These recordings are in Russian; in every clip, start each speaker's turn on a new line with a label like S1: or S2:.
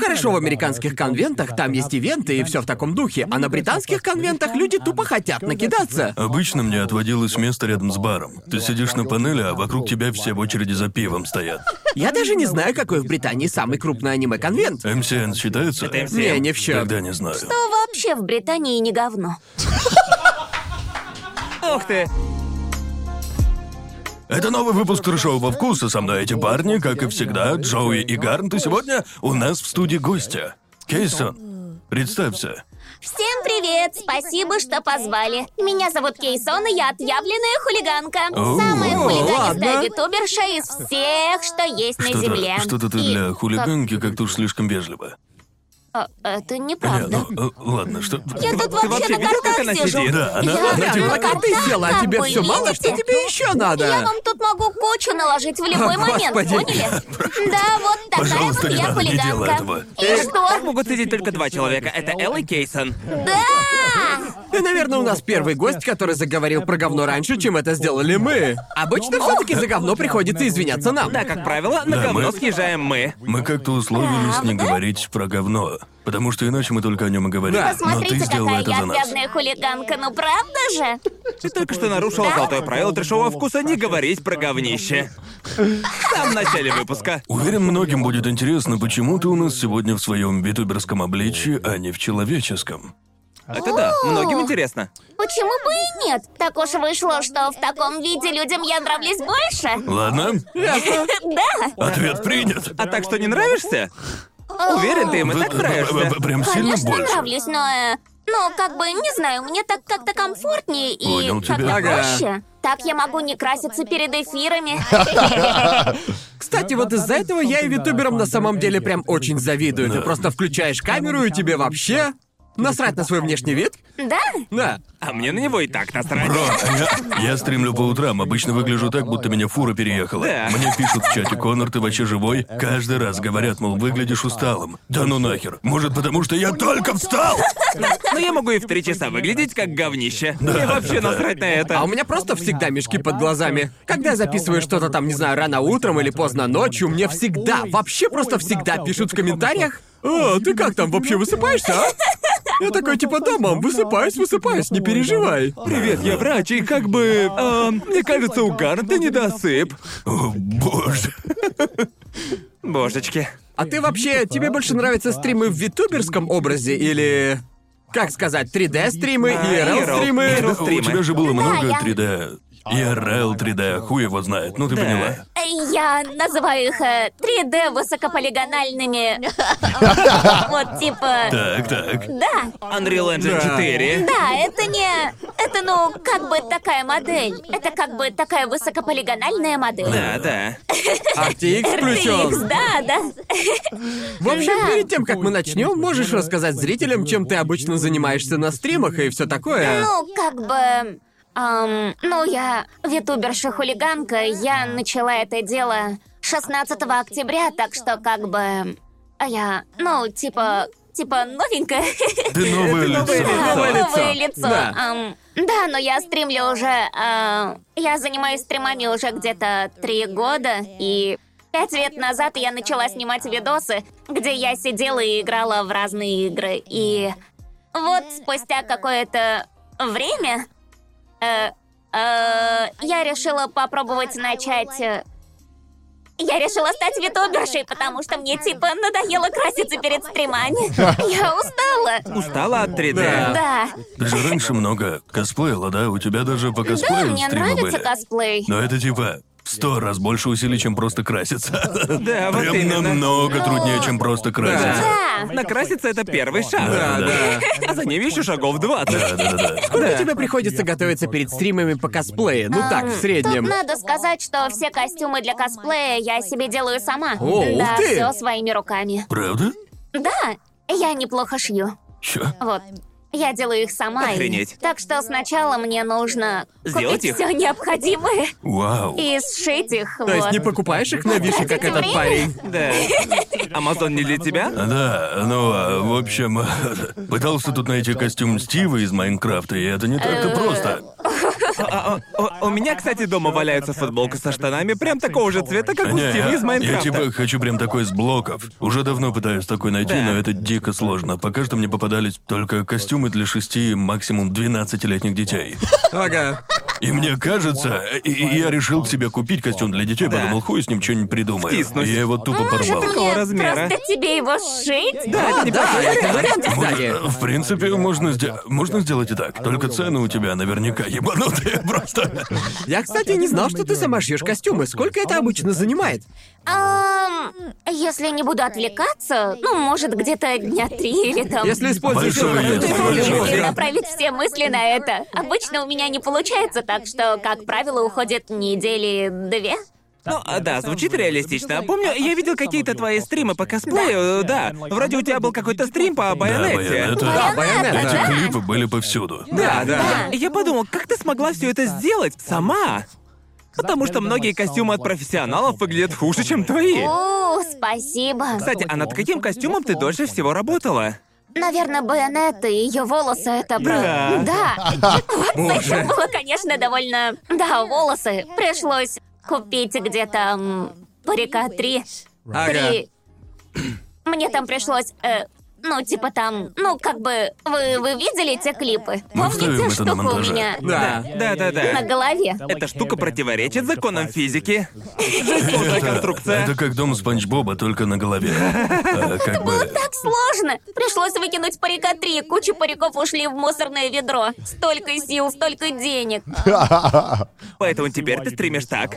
S1: хорошо в американских конвентах, там есть ивенты и все в таком духе, а на британских конвентах люди тупо хотят накидаться.
S2: Обычно мне отводилось место рядом с баром. Ты сидишь на панели, а вокруг тебя все в очереди за пивом стоят.
S1: Я даже не знаю, какой в Британии самый крупный аниме-конвент.
S3: Э,
S2: МСН считается?
S3: Это MCN.
S1: Не, не в счет.
S2: Тогда не знаю.
S4: Что вообще в Британии не говно?
S3: Ух ты!
S2: Это новый выпуск «Трешового вкуса». Со мной эти парни, как и всегда, Джоуи и Гарнт. И сегодня у нас в студии гостя. Кейсон, представься.
S4: Всем привет! Спасибо, что позвали. Меня зовут Кейсон, и я отъявленная хулиганка.
S2: О,
S4: Самая
S2: о,
S1: ладно.
S4: хулиганистая ютуберша из всех, что есть на земле.
S2: Что-то, что-то ты
S4: И
S2: для хулиганки как-то уж слишком вежливо.
S4: как- а, Это
S2: Не,
S4: неправда.
S2: ну, э, ладно, что...
S4: Я тут
S3: Ты
S4: вообще
S3: вообще
S4: на
S3: видел, как она
S4: картах сижу.
S3: сидит?
S2: Да, она...
S4: Я-
S2: она
S1: Бля, ну
S4: Чё,
S2: типа-
S1: пока ты
S4: так
S1: села, а
S4: как
S1: тебе
S4: бы,
S1: все мало,
S4: видите?
S1: что тебе еще
S4: Я
S1: надо?
S4: вам тут могу кучу наложить в любой
S1: О,
S4: момент,
S1: господи.
S4: поняли? Да, вот такая
S2: Пожалуйста,
S4: вот
S2: не
S4: я
S2: надо, не делай
S4: хулиганка. И
S1: Э,
S3: Как
S4: что?
S3: могут сидеть только два человека? Это Элла и Кейсон.
S4: Да!
S1: Ты, наверное, у нас первый гость, который заговорил про говно раньше, чем это сделали мы. Обычно все-таки за говно приходится извиняться нам.
S3: Да, как правило, на
S2: Да,
S3: говно
S2: А мы-
S3: съезжаем мы.
S2: Мы как-то условились не
S4: Правда?
S2: говорить про говно, потому что иначе мы только о нем и говорим.
S1: Да.
S2: Но ты
S4: Посмотрите,
S2: сделала
S4: какая
S2: это
S4: я
S2: за нас.
S4: грязная хулиганка, ну правда же?
S3: Ты только что нарушила золотое правило трешового вкуса не говорить про говнище. В самом начале выпуска.
S2: Уверен, многим будет интересно, почему ты у нас сегодня в своем битуберском обличии, а не в человеческом.
S3: Это да, многим интересно.
S4: Почему бы и нет? Так уж вышло, что в таком виде людям я нравлюсь
S2: Ну,
S4: больше.
S2: Ладно?
S4: Да,
S2: Ответ принят.
S3: А так что не нравишься? Уверен, ты им и так
S2: Вы- вы- вы
S3: нравишься.
S2: Прям сильно
S4: конечно,
S2: больше.
S4: нравлюсь, но... э, Ну, как бы, не знаю, мне так как-то комфортнее и
S2: Понял тебя.
S4: как-то
S1: Ага.
S4: проще. Так я могу не краситься перед эфирами.
S1: Кстати, вот из-за этого я и витуберам на самом деле прям очень завидую. Ты
S2: Да.
S1: просто включаешь камеру, и тебе вообще насрать на свой внешний вид?
S4: Да?
S1: Да.
S3: А мне на него и так насрать.
S2: Бро, я, я стримлю по утрам, обычно выгляжу так, будто меня фура переехала.
S3: Да.
S2: Мне пишут в чате, Конор, ты вообще живой? Каждый раз говорят, мол, выглядишь усталым. Да ну нахер. Может, потому что я только встал?
S3: Но Ну, я могу и в три часа выглядеть как говнище. Мне вообще насрать на
S1: А у
S3: это.
S1: меня просто всегда мешки под глазами. Когда я записываю что-то там, не знаю, рано утром или поздно ночью, мне всегда, вообще просто всегда пишут в комментариях «А, ты как там вообще высыпаешься, а?» Я такой типа «Да, мам, высыпаюсь, высыпаюсь, не переживай».
S3: Привет, я врач, и как бы... эм, мне кажется, у Гарнта недосып.
S2: О, боже.
S3: Божечки.
S1: А ты вообще, тебе больше нравятся стримы в витуберском образе или... Как сказать, 3D-стримы,
S3: А, IRL.
S1: IRL-стримы?
S3: IRL.
S2: У
S3: Стримы.
S2: тебя же было много
S4: я-
S2: 3D. IRL 3D, хуй его знает, ну ты
S3: Да.
S2: поняла.
S4: Э, Я называю их э, 3D высокополигональными. Вот типа...
S2: Так, так.
S4: Да,
S3: Unreal Engine
S1: Да.
S3: 4.
S4: Да, это не... Это, ну, как бы такая модель. Это как бы такая высокополигональная модель.
S3: Да, да.
S1: RTX
S4: RTX,
S1: включен.
S4: да, да.
S1: А В общем,
S4: Да.
S1: перед тем, как мы начнем, можешь рассказать зрителям, чем ты обычно занимаешься на стримах и все такое.
S4: Ну, как бы... ам, ну, я витуберша-хулиганка. Я начала это дело 16 октября, так что как бы... а Я, ну, типа... Типа новенькая.
S2: Ты новое
S3: новое
S2: лицо.
S3: лицо.
S4: Да,
S1: лицо.
S4: новое лицо.
S1: Да.
S4: Ам, да, но я стримлю уже... а, я занимаюсь стримами уже где-то три года, и... Пять лет назад я начала снимать видосы, где я сидела и играла в разные игры. И вот спустя какое-то время э, э, я решила попробовать начать... э, я решила стать витубершей, потому что мне типа надоело краситься перед стримами. Я устала.
S3: Устала от 3D.
S1: Да.
S4: Да.
S2: Ты же раньше много косплеила, да? У тебя даже по
S4: Да,
S2: косплею
S4: мне
S2: стримы
S4: нравится
S2: были.
S4: косплей.
S2: Но это типа в сто раз больше усилий, чем просто краситься.
S3: Да, вот
S2: Прям
S3: именно.
S4: Ну.
S2: намного труднее, чем просто краситься.
S4: Да.
S3: Накраситься это первый шаг.
S1: Да, да.
S3: А за ним еще шагов 20.
S2: Да, да, да.
S1: Сколько тебе приходится готовиться перед стримами по косплею? Ну
S3: А,
S1: так, в
S4: Тут
S1: среднем.
S4: надо сказать, что все костюмы для косплея я себе делаю сама.
S1: О, ух
S4: да,
S1: ты!
S4: все своими руками.
S2: Правда?
S4: Да, я неплохо шью.
S2: Чё?
S4: Вот. Я делаю их сама. и-
S3: Охренеть.
S4: Так что сначала мне нужно
S3: Сделать их?
S4: купить все необходимое
S2: Вау.
S4: и сшить их.
S1: То есть
S4: вот.
S1: не покупаешь их на више, как этот
S4: время?
S1: парень?
S3: Да. Амазон не для тебя?
S2: Да, ну, а, в общем,
S4: Э,
S2: пытался тут найти костюм Стива из Майнкрафта, и это не так-то просто.
S3: А, а, а, У меня, кстати, дома валяется футболка со штанами прям такого же цвета, как у
S2: Не,
S3: Стива из
S2: я
S3: Майнкрафта.
S2: типа хочу прям такой с блоков. Уже давно пытаюсь такой найти,
S3: Да.
S2: но это дико сложно. Пока что мне попадались только костюмы для шести, максимум 12-летних детей.
S1: Ага.
S2: И мне кажется, и, и я решил себе купить костюм для детей, подумал, хуй с ним что-нибудь придумаю.
S3: Втиснуть.
S2: И я его тупо
S3: Ну,
S2: порвал.
S3: Какого
S4: Нет,
S3: размера?
S4: просто тебе его сшить?
S3: Да, это неплохой вариант.
S1: вариант, кстати.
S2: Можно- в принципе, можно, сдел- можно сделать и так. Только цены у тебя наверняка ебанутые просто.
S1: Я, кстати, не знал, что ты сама шьешь костюмы. Сколько это обычно занимает?
S4: Ам, если не буду отвлекаться, ну, может, где-то дня три или там...
S1: Если используешь...
S2: Большое
S1: его-
S2: ясно,
S1: Ты тоже
S2: большое.
S4: Или
S1: можешь.
S4: направить все мысли на это. Обычно у меня не получается, так что, как правило, уходит недели две.
S3: Ну, а, да, звучит реалистично. Помню, я видел какие-то твои стримы по косплею, да. Вроде у тебя был какой-то стрим по
S2: Байонетта.
S3: байонете.
S1: Да,
S4: Байонетта,
S1: байонет.
S2: Эти
S4: да.
S2: клипы были повсюду.
S3: Да,
S4: да.
S3: да. Я подумал, как ты смогла все это сделать сама? Потому что многие костюмы от профессионалов выглядят хуже, чем твои.
S4: О, спасибо.
S3: Кстати, а над каким костюмом ты дольше всего работала?
S4: Наверное, байонет и ее волосы это про... Да. Вот поэтому было, конечно, довольно... Да, волосы. Пришлось купить где-то м, парика три.
S1: Ага.
S4: Три. Мне там пришлось... э, ну, типа там, ну, как бы, вы, вы видели те клипы?
S2: Мы вставим
S4: Помните
S2: это на
S4: штуку у
S2: монтаже.
S4: меня
S1: Да.
S3: Да, да,
S4: на
S3: да.
S4: голове?
S3: Эта штука противоречит законам физики. Жесть, сложная конструкция.
S2: Это как дом Спанч Боба, только на голове. А, Как
S3: Ну,
S2: бы...
S4: Так сложно! Пришлось выкинуть парика три, куча париков ушли в мусорное ведро. Столько сил, столько денег.
S3: Поэтому теперь ты стримишь так.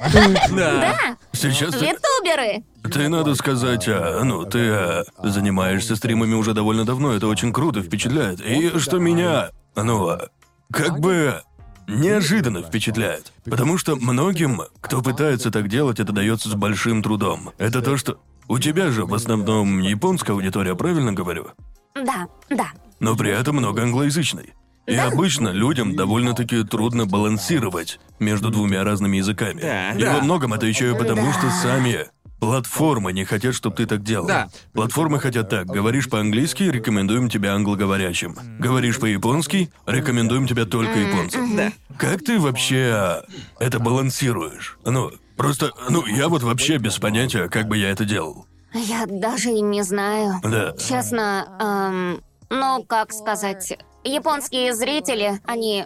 S1: Да.
S2: Сейчас ты,
S4: Ютуберы!
S2: ты, надо сказать, а, ну, ты а, занимаешься стримами уже довольно давно, это очень круто, впечатляет. И что меня, ну, а, как бы неожиданно впечатляет. Потому что многим, кто пытается так делать, это дается с большим трудом. Это то, что... У тебя же в основном японская аудитория, правильно говорю?
S4: Да, да.
S2: но при этом много англоязычной. И обычно людям довольно-таки трудно балансировать между двумя разными языками.
S3: Да.
S2: И
S1: Да.
S2: во многом это еще и потому, что сами платформы не хотят, чтобы ты так делал.
S1: Да.
S2: Платформы хотят так. Говоришь по-английски, рекомендуем тебя англоговорящим. Говоришь по-японски, рекомендуем тебя только японцам.
S3: Да.
S2: Как ты вообще а, это балансируешь? Ну, просто, ну, я вот вообще без понятия, как бы я это делал.
S4: Я даже и не знаю.
S2: Да.
S4: Честно, эм, ну, как сказать, японские зрители, они...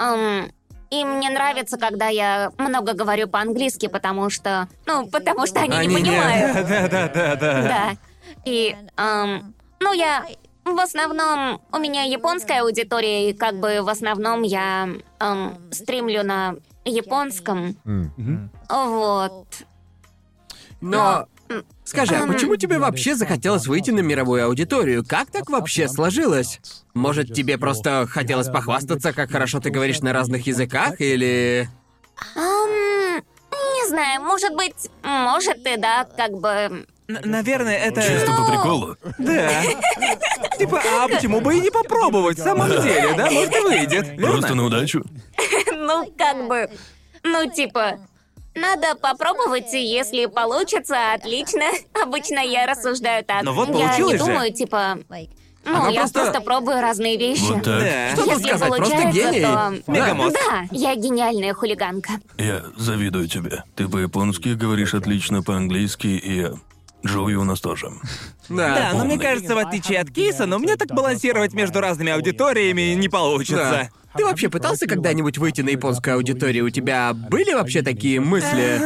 S4: эм, им не нравится, когда я много говорю по-английски, потому что... Ну, потому что они,
S1: Они
S4: не
S1: не-
S4: понимают.
S3: Да-да-да-да.
S4: Да. И, эм, ну, я... В основном у меня японская аудитория, и как бы в основном я эм, стримлю на японском. Вот.
S1: Но... Скажи, а почему тебе вообще захотелось выйти на мировую аудиторию? Как так вообще сложилось? Может, тебе просто хотелось похвастаться, как хорошо ты говоришь на разных языках, или...
S4: Эм, не знаю, может быть, может и да, как бы...
S3: Н- Наверное, это...
S2: Чисто по приколу.
S3: Да. Типа, а почему бы и не попробовать в самом деле, да? Может, и выйдет,
S2: Просто
S3: верно?
S2: на удачу.
S4: Ну, как бы... Ну, типа... Надо попробовать, и если получится, отлично. Обычно я рассуждаю так.
S1: Ну
S3: Но вот
S4: я не
S3: получилось же.
S4: думаю, типа... Ну,
S1: Она
S4: я
S1: просто- э,
S4: просто... пробую разные вещи.
S2: Вот так.
S3: Да.
S1: Что тут
S4: Если
S1: сказать, просто
S4: получается,
S1: гений.
S4: то-
S1: Да.
S3: Мегамозг.
S4: Да, я гениальная хулиганка.
S2: Я завидую тебе. Ты по-японски говоришь отлично, по-английски и... Джоуи у нас тоже.
S3: Да,
S1: Да.
S3: но мне кажется, в отличие от Кейса, но мне так балансировать между разными аудиториями не
S1: Да.
S3: получится.
S1: Ты вообще пытался когда-нибудь выйти на японскую аудиторию? У тебя были вообще такие мысли?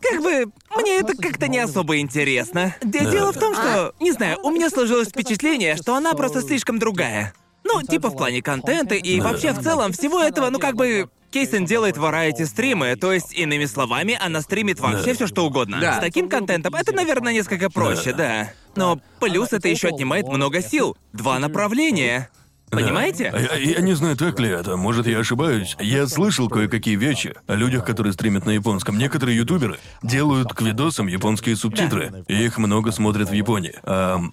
S3: Как бы, мне это как-то не особо интересно. Д- Дело в том, что, не знаю, у меня сложилось впечатление, А? что она просто слишком другая. Ну, типа в плане контента и вообще в целом всего этого, ну как бы... Кейсон делает variety стримы, то есть, иными словами, она стримит вообще все что угодно.
S1: Да.
S3: С таким контентом это, наверное, несколько проще, да. Но плюс это еще отнимает много сил. Два направления.
S2: Да. А
S3: Понимаете?
S2: Я, я не знаю, так ли это. Может, я ошибаюсь. Я слышал кое-какие вещи о людях, которые стримят на японском. Некоторые ютуберы делают к видосам японские субтитры. И их много смотрят в Японии. Ам,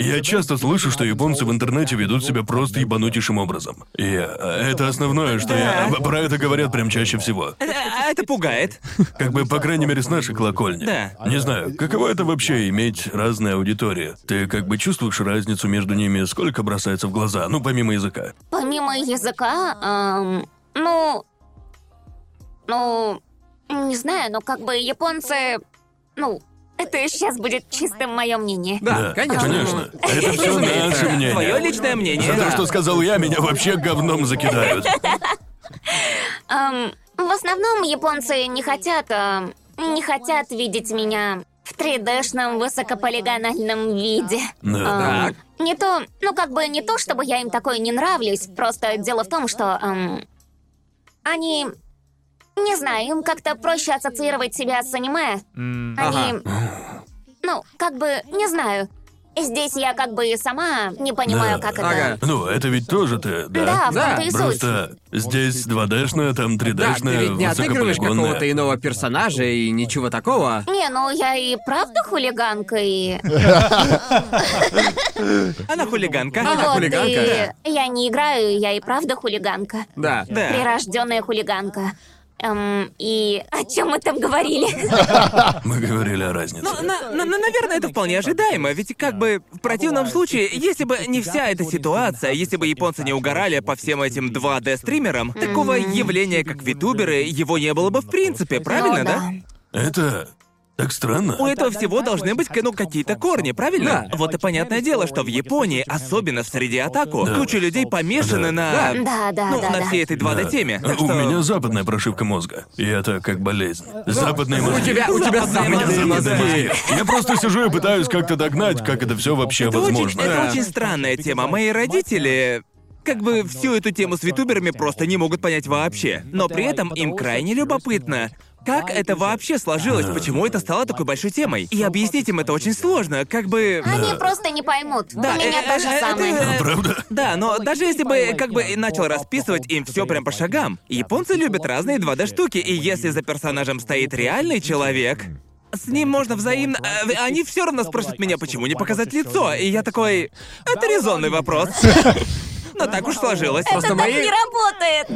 S2: Я часто слышу, что японцы в интернете ведут себя просто ебанутейшим образом. И э, это основное, что я...
S3: Да.
S2: Про это говорят прям чаще всего.
S3: Э, э, Это пугает.
S2: Как бы, по крайней мере, с нашей колокольни.
S3: Да.
S2: Не знаю, каково это вообще иметь разные аудитории? Ты как бы чувствуешь разницу между ними, сколько бросается в глаза, ну, помимо языка.
S4: Помимо языка, эм, Ну... Ну... Не знаю, но как бы японцы... Ну, это сейчас будет чистым мое мнение.
S1: Да, конечно.
S2: Конечно. Это все наше
S3: Твое
S2: мнение.
S3: личное мнение.
S2: За то, что сказал я, меня вообще говном закидают.
S4: Эм, в основном японцы не хотят... эм, не хотят видеть меня в 3D-шном высокополигональном виде.
S2: Да.
S1: Так.
S4: Не то, ну как бы не то, чтобы я им такой не нравлюсь, просто дело в том, что эм, они, не знаю, им как-то проще ассоциировать себя с аниме. Они, ну как бы, не знаю. Здесь я как бы и сама не понимаю,
S2: Да.
S4: А, как
S1: Ага.
S4: это.
S2: Ну, это ведь тоже ты,
S4: Да,
S2: да?
S4: в
S1: Да,
S4: том-то и суть.
S2: Просто здесь 2D-шная, там
S1: Да, ты
S2: 3D-шная,
S1: ведь не отыгрываешь
S2: высокополигонная.
S3: ну?
S1: какого-то иного персонажа и ничего такого.
S4: Не, ну я и правда хулиганка и
S3: Она хулиганка.
S1: Она
S4: вот
S1: хулиганка,
S4: и я не играю, я и правда хулиганка.
S1: Да.
S3: Да.
S4: Прирожденная хулиганка. Эм, и о чем мы там говорили?
S2: Мы говорили о разнице.
S3: Ну, на- на- на- наверное, это вполне ожидаемо, ведь как бы в противном случае, если бы не вся эта ситуация, если бы японцы не угорали по всем этим 2D-стримерам, такого явления, как витуберы, его не было бы в принципе, правильно,
S4: Ну
S3: да?
S2: Это так странно.
S3: У этого всего должны быть ну, какие-то корни, правильно?
S1: Да.
S3: Вот и понятное дело, что в Японе, особенно в среде атаку,
S2: Да.
S3: куча людей помешаны
S2: Да.
S3: на...
S4: Да, да,
S3: ну,
S4: да,
S3: на
S4: да.
S3: всей этой
S2: Да.
S3: 2D-теме.
S2: У меня западная прошивка мозга. И это как болезнь.
S3: Ну,
S2: Западные
S1: У
S2: мозги.
S1: тебя, у тебя
S3: Западные
S1: западные мозги.
S3: мозги.
S2: Мозги. Я просто сижу и пытаюсь как-то догнать, как это все вообще
S3: Это очень,
S2: возможно.
S3: это
S1: Да.
S3: очень странная тема. Мои родители как бы всю эту тему с витуберами просто не могут понять вообще. Но при этом им крайне любопытно, как это вообще сложилось, почему это стало такой большой темой. И объяснить им это очень сложно, как бы...
S4: Они просто не поймут. У меня то
S3: э,
S4: же
S3: э, э,
S4: самое.
S3: это-
S2: Правда?
S3: Да, но даже если бы как бы и начал расписывать им все прям по шагам, японцы любят разные 2D штуки, и если за персонажем стоит реальный человек, с ним можно взаимно. э, Они все равно спросят меня, почему не показать лицо, и я такой. Это резонный вопрос. Но так уж сложилось.
S1: Просто
S4: Так
S1: мои...
S4: не работает!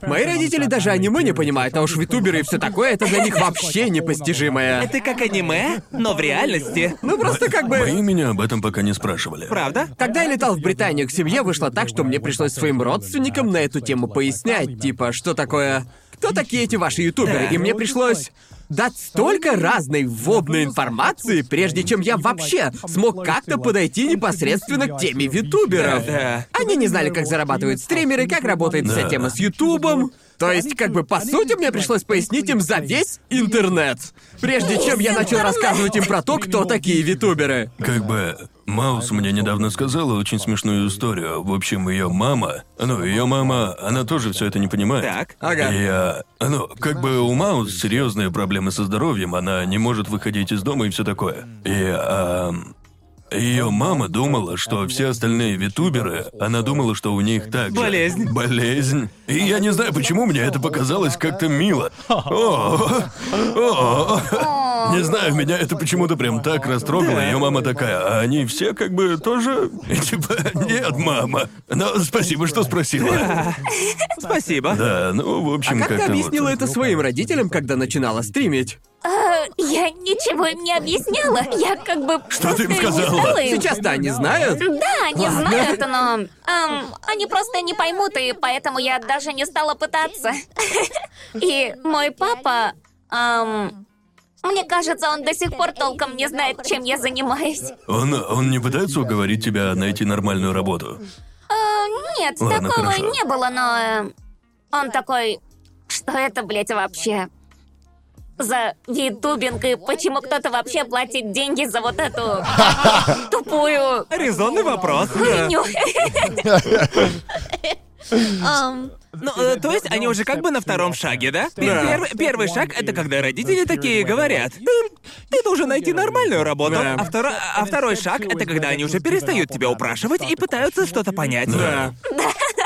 S3: Да.
S1: Мои родители даже аниме не понимают, а уж витуберы и все такое, это для них вообще непостижимое.
S3: Это как аниме, но в реальности.
S1: Ну просто как бы...
S2: Мои меня об этом пока не спрашивали.
S3: Правда?
S1: Когда я летал в Британию к семье, вышло так, что мне пришлось своим родственникам на эту тему пояснять, типа, что такое... Кто такие эти ваши ютуберы? И мне пришлось дать столько разной вводной информации, прежде чем я вообще смог как-то подойти непосредственно к теме витуберов.
S3: Да.
S1: Они не знали, как зарабатывают стримеры, как работает вся
S2: Да.
S1: тема с Ютубом. То есть, как бы, по сути, мне пришлось пояснить им за весь интернет. Прежде чем я начал рассказывать им про то, кто такие витуберы.
S2: Как бы Маус мне недавно сказала очень смешную историю. В общем, ее мама, ну, ее мама, она тоже все это не понимает.
S3: Так.
S1: Ага.
S2: И я, ну, как бы у Маус серьезные проблемы со здоровьем, она не может выходить из дома и все такое. И ее мама думала, что все остальные витуберы, она думала, что у них так же.
S3: Болезнь.
S2: Болезнь. И я не знаю, почему мне это показалось как-то мило. О, о, не знаю, меня это почему-то прям так растрогало. Ее мама такая, а они все как бы тоже... И Типа, нет, мама. Но спасибо, что спросила.
S3: Спасибо.
S2: Да, ну, в общем,
S1: А Как ты
S2: как-то вот.
S1: объяснила это своим родителям, когда начинала стримить?
S4: Э, Я ничего им не объясняла. Я как бы
S2: Что ты им
S4: просто не
S2: сказала?
S4: знала им.
S1: Сейчас-то они знают.
S4: Да, они знают, но эм, они просто не поймут, и поэтому я даже не стала пытаться. И мой папа, эм, мне кажется, он до сих пор толком не знает, чем я занимаюсь.
S2: Он, он не пытается уговорить тебя найти нормальную работу?
S4: Э, Нет,
S2: Ладно,
S4: такого
S2: хорошо.
S4: не было, но э, он такой, что это, блядь, вообще? За ютубинг и почему кто-то вообще платит деньги за вот эту тупую
S3: Резонный вопрос.
S4: хуйню? Эм,
S3: Ну, э, то есть они уже как бы на втором шаге, да? Пе-
S1: Да.
S3: Первый, первый шаг это когда родители такие говорят, ты, ты должен найти нормальную работу.
S1: Да.
S3: А, второ- а второй шаг это когда они уже перестают тебя упрашивать и пытаются что-то понять.
S1: Да.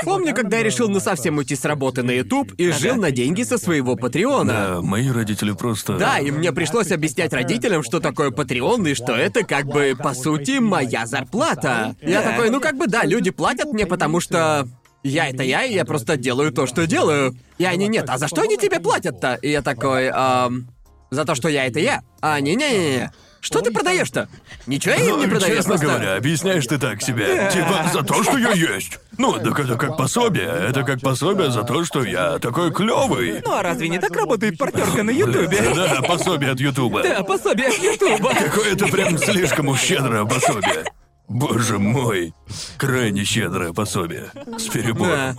S1: А Помню, когда я решил на совсем уйти с работы на YouTube и жил на деньги со своего Патреона.
S2: Да, мои родители просто...
S1: Да, и мне пришлось объяснять родителям, что такое Patreon и что это как бы, по сути, моя зарплата. Я
S3: Да.
S1: такой, ну как бы да, люди платят мне, потому что я это я, и я просто делаю то, что делаю. И они, нет, а за что они тебе платят-то? И я такой, «Ам, за то, что я это я. А, не-не-не. Что ты продаешь-то? Ничего я им не
S2: Ну,
S1: продаю,
S2: честно
S1: просто-
S2: говоря, объясняешь ты так себе. Типа, за то, что я есть. Ну, так это как пособие. Это как пособие за то, что я такой клевый.
S3: Ну а разве не так работает партнерка
S1: а
S3: на
S2: Да,
S3: Ютубе?
S2: да, пособие от Ютуба.
S3: Да, пособие от Ютуба.
S2: Какое-то прям слишком уж щедрое пособие. Боже мой, крайне щедрое пособие. С перебором.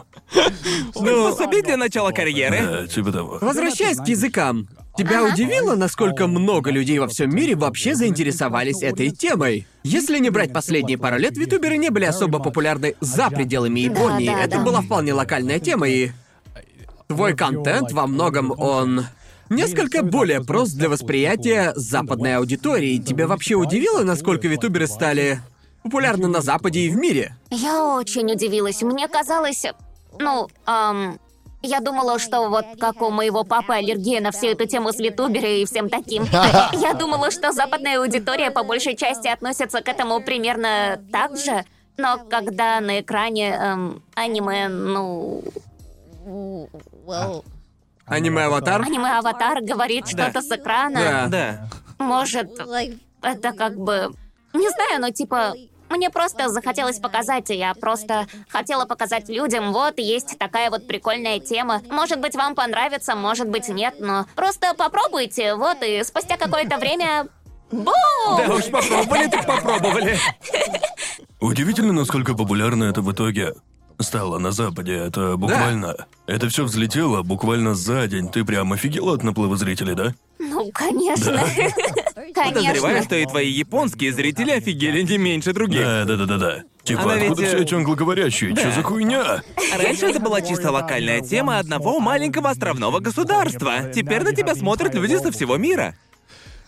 S3: Ну, пособие для начала карьеры.
S2: Да, типа того.
S1: Возвращаясь к языкам. Тебя удивило, насколько много людей во всем мире вообще заинтересовались этой темой? Если не брать последние пару лет, витуберы не были особо популярны за пределами Японии.
S4: да,
S1: Это
S4: да.
S1: была вполне локальная тема, и твой контент во многом он несколько более прост для восприятия западной аудитории. Тебя вообще удивило, насколько витуберы стали популярны на Западе и в мире?
S4: Я очень удивилась. Мне казалось, ну, ам, я думала, что вот как у моего папы аллергия на всю эту тему с витуберы и всем таким. Я думала, что западная аудитория по большей части относится к этому примерно так же. Но когда на экране эм, аниме, ну,
S1: Аниме-аватар?
S4: аниме-аватар говорит что-то с экрана,
S3: Да.
S4: может, это как бы... Не знаю, но типа... Мне просто захотелось показать, и я просто хотела показать людям, вот есть такая вот прикольная тема. Может быть, вам понравится, может быть, нет, но просто попробуйте, вот, и спустя какое-то время... Бум!
S3: Да уж попробовали, так попробовали.
S2: Удивительно, насколько популярно это в итоге стало на Западе. Это буквально... Это все взлетело буквально за день. Ты прям офигела от наплыва зрителей, да?
S4: Ну, конечно.
S3: Подозреваю,
S4: Конечно.
S3: что и твои японские зрители офигели не меньше других.
S2: Да, да, да, да, да. Типа,
S3: Она ведь,
S2: откуда
S3: э,
S2: все эти англоговорящие? Чё за хуйня?
S3: Раньше это была чисто локальная тема одного маленького островного государства. Теперь на тебя смотрят люди со всего мира.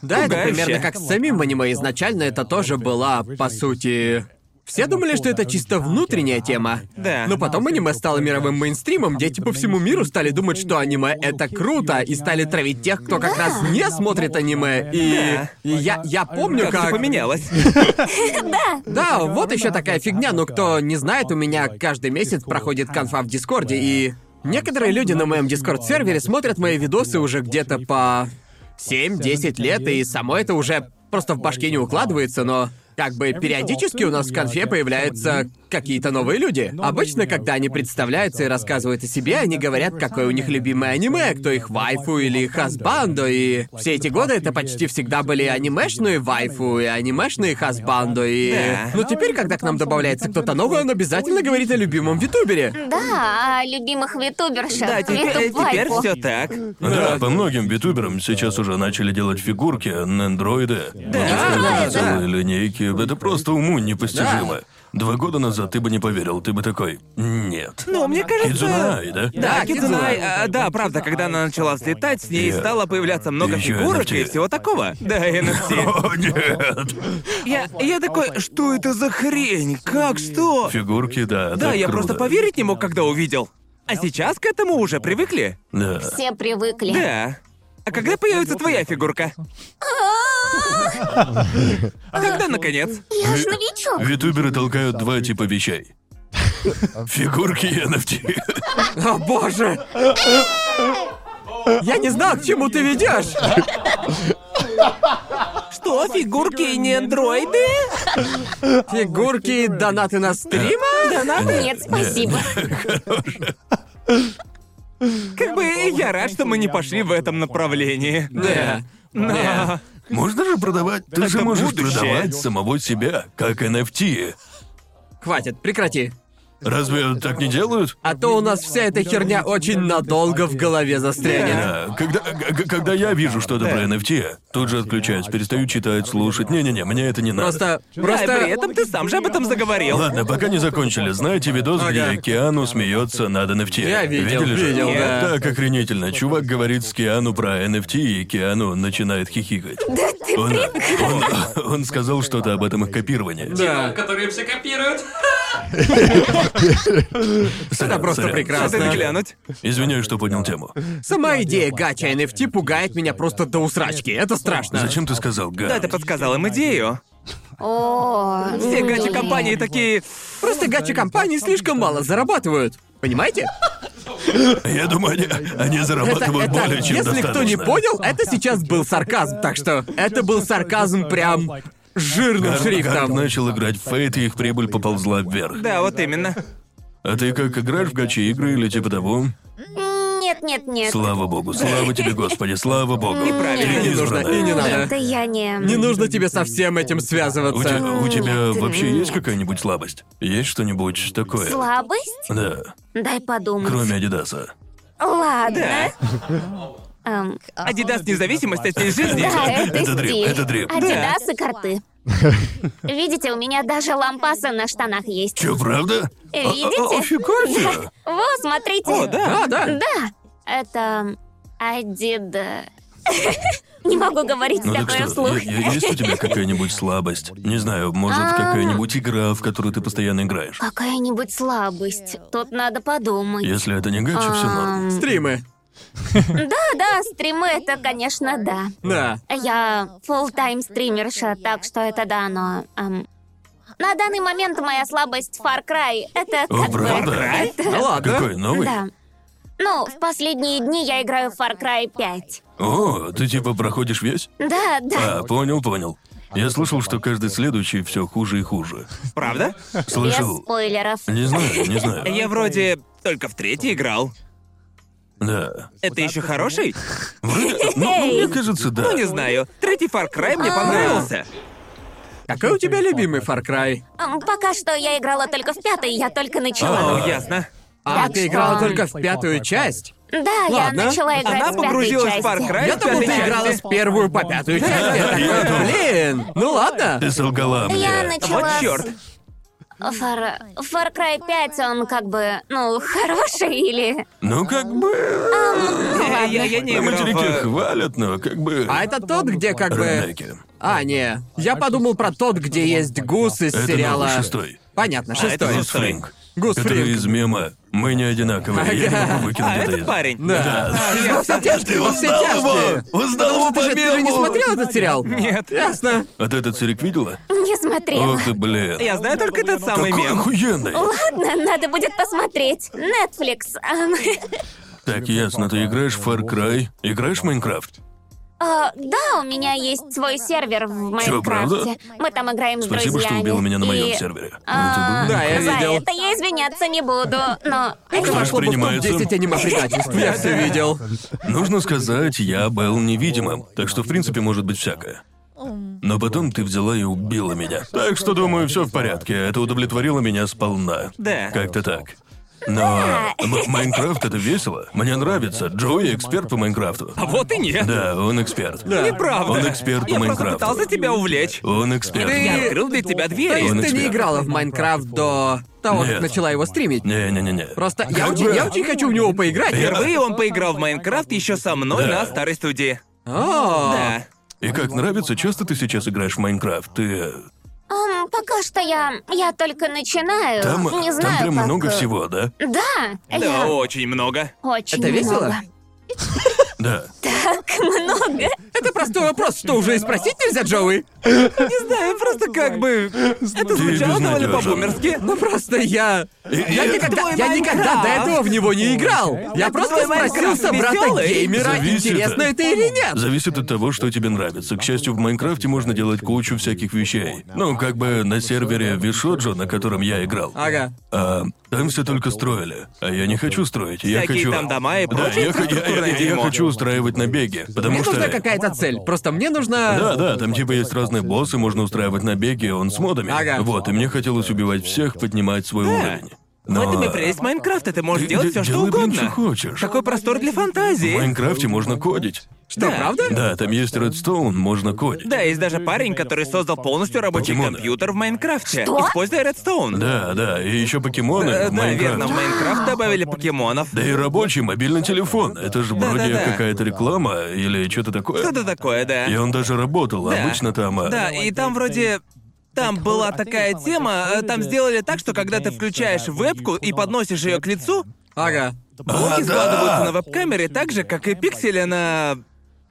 S1: Да, это
S3: Пугающе.
S1: примерно как с самим аниме. Изначально это тоже была, по сути... Все думали, что это чисто внутренняя тема.
S3: Да.
S1: Но потом аниме стало мировым мейнстримом, дети по всему миру стали думать, что аниме — это круто, и стали травить тех, кто как раз не смотрит аниме. И,
S3: Да.
S1: и я, я помню, Ну
S3: Как,
S1: как...
S3: все поменялось.
S1: Да, вот еще такая фигня, но кто не знает, у меня каждый месяц проходит конфа в Дискорде, и некоторые люди на моем Дискорд-сервере смотрят мои видосы уже где-то по 7-10 лет, и само это уже просто в башке не укладывается, но как бы периодически у нас в конфе появляются какие-то новые люди. Обычно, когда они представляются и рассказывают о себе, они говорят, какое у них любимое аниме, кто их вайфу или хасбандо, и все эти годы это почти всегда были анимешные вайфу и анимешные хасбандо, и...
S3: Да.
S1: Но теперь, когда к нам добавляется кто-то новый, он обязательно говорит о любимом витубере.
S4: Да, о любимых витубершах.
S3: Да, теперь, э,
S4: Витуб-вайпу.
S3: теперь все так. Ну,
S2: Да, по многим ютуберам сейчас уже начали делать фигурки на андроиды.
S3: Да,
S2: Да, целые линейки. Это просто уму непостижимо. Два года назад ты бы не поверил, ты бы такой, нет.
S3: Ну, мне кажется...
S2: Кидзунай, да?
S3: Да,
S1: Да,
S3: Кидзунай,
S1: Кидзунай.
S3: а, да, правда, когда она начала взлетать, с ней
S2: Я-
S3: стало появляться много
S2: Ещё
S3: фигурок
S2: NFT.
S3: и всего такого. Да, NFT.
S2: О, нет.
S3: Я, я такой, что это за хрень? Как, что?
S2: Фигурки, да,
S3: Да,
S2: так
S3: я
S2: круто.
S3: просто поверить не мог, когда увидел. А сейчас к этому уже привыкли.
S2: Да.
S4: Все привыкли.
S3: Да. А когда появится твоя фигурка? Когда, наконец?
S4: Я ж новичок.
S2: Витуберы толкают два типа вещей. Фигурки и NFT.
S1: О боже! Я не знал, к чему ты ведешь!
S3: Что, фигурки не андроиды?
S1: Фигурки, донаты на стрим?
S4: Нет, спасибо.
S3: Как бы я рад, что мы не пошли в этом направлении.
S1: Да.
S3: Но...
S2: Можно же продавать? Ты же можешь
S3: будущее.
S2: продавать самого себя, как NFT.
S1: Хватит, прекрати.
S2: Разве так не делают?
S1: А то у нас вся эта херня очень надолго в голове застрянет.
S2: Да, когда, к- к- когда я вижу что-то про NFT, тут же отключаюсь, перестаю читать, слушать. Не-не-не, мне это не надо.
S1: Просто,
S3: Да, и при
S1: просто...
S3: этом ты сам же об этом заговорил.
S2: Ладно, пока не закончили. Знаете видос,
S1: Ага.
S2: где Киану смеется над NFT?
S1: Я видел,
S2: Видели же?
S1: видел,
S2: Вот
S1: да.
S2: Так охренительно. Чувак говорит с Киану про NFT, и Киану начинает хихикать. Он, он- он сказал что-то об этом их копировании.
S1: Да.
S3: типа,
S5: которые все копируют.
S2: Сорян,
S1: Это просто
S2: сорян.
S1: прекрасно.
S3: Надо глянуть.
S2: Извиняюсь, что поднял тему.
S1: Сама идея гача NFT пугает меня просто до усрачки. Это страшно.
S2: Зачем ты сказал, Гад?
S3: Да, ты подсказал им идею.
S4: О,
S3: Все
S4: м.
S3: гачи компании такие.
S1: Просто гача компании слишком мало зарабатывают. Понимаете?
S2: Я думаю, они, они
S1: Это-
S2: зарабатывают
S1: это-
S2: А более чем
S1: Если
S2: достаточно.
S1: кто не понял, это сейчас был сарказм, так что это был сарказм прям жирным
S2: Как- Как
S1: шрифтом.
S2: начал играть в Фейт, и их прибыль поползла вверх.
S3: Да, вот именно.
S2: А ты как играешь в гачи игры или типа того?
S4: Нет, нет, нет.
S2: Слава богу, слава тебе, Господи, слава богу.
S3: Неправильно.
S2: Ты
S1: И не нужно,
S2: избранная.
S1: и не надо.
S4: Это я не.
S1: Не нужно тебе со всем этим
S2: У тебя,
S1: связываться.
S2: у тебя
S4: Нет,
S2: вообще
S4: нет.
S2: есть какая-нибудь слабость? Есть что-нибудь такое?
S4: Слабость?
S2: Да,
S4: Дай подумать.
S2: кроме Адидаса.
S4: Ладно. Эм,
S3: Адидас независимость от стиль жизни.
S4: Да, это,
S2: Это
S4: стиль.
S2: дрип, это дрип.
S4: Адидас и карты. Видите, у меня даже лампасы на штанах есть.
S2: Чё, А, правда?
S4: Видите?
S2: Фига себе.
S4: Вот, смотрите.
S3: О, да.
S1: А, да.
S4: Да, это Адид. Не могу говорить
S2: Ну так
S4: такое
S2: что,
S4: вслух.
S2: е- е- есть у тебя какая-нибудь слабость? Не знаю, может,
S4: А.
S2: какая-нибудь игра, в которую ты постоянно играешь?
S4: Какая-нибудь слабость. Тут надо подумать.
S2: Если это не гача, все норм.
S4: Ам,
S1: Стримы.
S4: Да-да, стримы это, конечно, да.
S1: Да.
S4: Я full-time стримерша, так что это да, но... ам, на данный момент моя слабость Far Cry. Это
S2: О,
S4: как бы...
S2: правда?
S1: А, Да Ну ладно.
S2: Какой, новый?
S4: Да. Ну, в последние дни я играю в Far Cry 5.
S2: О, ты типа проходишь весь?
S4: Да, да.
S2: А, понял, понял. Я слышал, что каждый следующий все хуже и хуже.
S3: Правда?
S4: Без
S2: Слышал?
S4: спойлеров.
S2: Не знаю, не знаю.
S3: Я вроде только в третий играл.
S2: Да.
S3: Это еще хороший?
S2: Вроде- Ну, мне кажется, да.
S3: Ну, не знаю. Третий Far Cry
S4: А.
S3: мне понравился.
S1: Какой у тебя любимый Far Cry?
S4: Ам, Эм, Пока что я играла только в пятый, я только начала.
S3: О, Ну, ясно.
S1: А,
S4: Так
S1: ты
S4: что-
S1: играла только в пятую часть?
S4: Да,
S1: Ладно.
S4: я начала играть
S3: Она
S4: в пятой
S3: погрузилась в
S4: части.
S3: Far Cry
S1: Я
S3: в
S1: думал,
S3: пятой
S1: ты
S3: части.
S1: играла с первую по пятую часть. Я
S2: Да, я
S1: такой,
S2: тоже.
S1: Блин, ну ладно.
S2: Ты солгала
S4: Я
S2: мне.
S4: начала...
S3: А Вот
S4: с-
S3: черт.
S4: Far... Far Cry 5, он как бы, ну, хороший или...
S2: Ну, как бы...
S3: Я, я- я не
S2: На
S3: играл А,
S2: материке
S3: в...
S2: хвалят, но как бы...
S1: А это тот, где как бы...
S2: Реднеки.
S1: А, не. Я подумал про тот, где есть гус из
S2: Это
S1: сериала...
S2: новый, шестой. А
S1: Понятно,
S3: это
S1: шестой.
S3: Гус
S2: Гус Фринг.
S1: Гус
S2: Это
S1: Фринг.
S2: из мема. Мы не одинаковые. Я не могу выкинуть
S3: А,
S2: это
S3: этот
S2: из-
S3: парень.
S1: Ну, Да.
S3: Я-
S1: Во все тяжкие, во все
S2: Узнал
S1: тяжкие.
S2: его! Узнал
S1: Потому
S2: его
S1: что ты
S2: по
S1: же, ты же не
S2: мему!
S1: смотрел этот сериал? Нет. Ясно.
S2: А ты этот сырик видела?
S4: Не смотрела.
S2: Ох ты, блин.
S3: Я знаю только этот самый
S2: Какой
S3: мем.
S2: охуенный!
S4: Ладно, надо будет посмотреть. Netflix. Ам,
S2: Так, ясно, ты играешь в Far Cry, играешь в Майнкрафт.
S4: а, да, у меня есть свой сервер в
S2: Чё, правда?
S4: Майнкрафте. Мы там играем с
S2: Спасибо, что
S4: друзьями.
S2: убила меня на моем
S4: и,
S2: сервере.
S4: а,
S1: Да, я
S4: за
S1: видел.
S4: это я извиняться не буду, но...
S1: Это вошло бы в
S2: воспринимается?
S1: топ-10 аниме-предательств. Я все видел.
S2: Нужно сказать, я был невидимым, так что в принципе может быть всякое. Но потом ты взяла и убила меня. Так что думаю, все в порядке. Это удовлетворило меня сполна.
S3: Да.
S2: Как-то так. Но М- Майнкрафт это весело. Мне нравится. Джои эксперт по Майнкрафту.
S3: А вот и нет.
S2: Да, он эксперт.
S3: Неправда.
S2: Он эксперт по
S3: Я просто
S2: Майнкрафту.
S3: пытался тебя увлечь.
S2: Он эксперт.
S3: Я открыл для тебя
S1: То
S2: Он
S3: дверь.
S1: есть ты не
S2: эксперт.
S1: играла в Майнкрафт до того, как
S2: Нет.
S1: начала его стримить?
S2: Не-не-не-не.
S1: Просто я
S2: Как
S1: очень,
S2: бы-
S1: я очень хочу в него поиграть.
S3: Впервые он поиграл в Майнкрафт еще со мной
S2: Да.
S3: на старой студии.
S1: О,
S3: Да.
S2: И как нравится, часто ты сейчас играешь в Майнкрафт? Ты...
S4: Ам, пока что я... Я только начинаю.
S2: Там,
S4: не
S2: там
S4: знаю,
S2: прям
S4: как... э,
S2: много всего, да?
S4: Да,
S3: Да,
S4: я
S3: очень много.
S4: очень
S1: это весело?
S4: много.
S2: Да.
S4: Много.
S1: Это простой вопрос, что уже и спросить нельзя, Джоуи?
S3: Не знаю, просто как бы... Это звучало довольно
S2: безнадёжен.
S3: по-бумерски.
S1: Ну просто я... Я
S2: и-
S1: никогда,
S3: Твой
S1: я никогда
S3: Майнкрафт!
S1: до этого в него не играл. Я просто
S3: твой
S1: спросил
S3: Майнкрафт
S1: собрата
S3: весёлый?
S1: геймера,
S2: Зависит
S1: интересно
S2: от-
S1: это или нет.
S2: Зависит от того, что тебе нравится. К счастью, в Майнкрафте можно делать кучу всяких вещей. Ну, как бы на сервере Вишоджо, на котором я играл.
S1: Ага.
S2: а, там все только строили. А я не хочу строить. Я
S3: Всякие
S2: хочу.
S3: там дома и
S2: Да,
S3: прочее
S2: я, хо- я- я-
S3: инфраструктурное
S2: я
S3: дерьмо.
S2: хочу устраивать набеги. Потому
S1: Мне
S2: что.
S1: нужна какая-то цель. Просто мне нужна...
S2: Да, да, там типа есть разные боссы, можно устраивать набеги, он с модами.
S1: Ага.
S2: Вот, и мне хотелось убивать всех, поднимать свой уровень. Но...
S3: В этом и прелесть Майнкрафта, ты
S2: Ты
S3: можешь делать все,
S2: де-
S3: что
S2: делай, блин,
S3: угодно.
S2: чё хочешь.
S3: Такой простор для
S2: В
S3: фантазии.
S2: Майнкрафте можно кодить.
S1: Что,
S3: Да.
S1: правда?
S2: Да, там есть редстоун, можно кодить.
S3: Да, есть даже парень, который создал полностью рабочий
S2: Покемоны.
S3: компьютер в Майнкрафте,
S4: Что?
S3: используя Redstone.
S2: Да, да, и еще покемоны
S3: Э,
S2: в
S3: да,
S2: Майнкрафте.
S3: верно, в Майнкрафт добавили покемонов.
S2: Да и рабочий мобильный телефон. Это же
S3: Да-да-да.
S2: вроде какая-то реклама или что-то такое.
S3: Что-то такое, да.
S2: И он даже работал,
S3: Да.
S2: обычно там... а,
S3: Да, и там вроде... Там была такая тема, э, там сделали так, что когда ты включаешь вебку и подносишь ее к лицу,
S1: Ага.
S3: блоки
S2: да!
S3: складываются на веб-камере так же, как и пиксели на...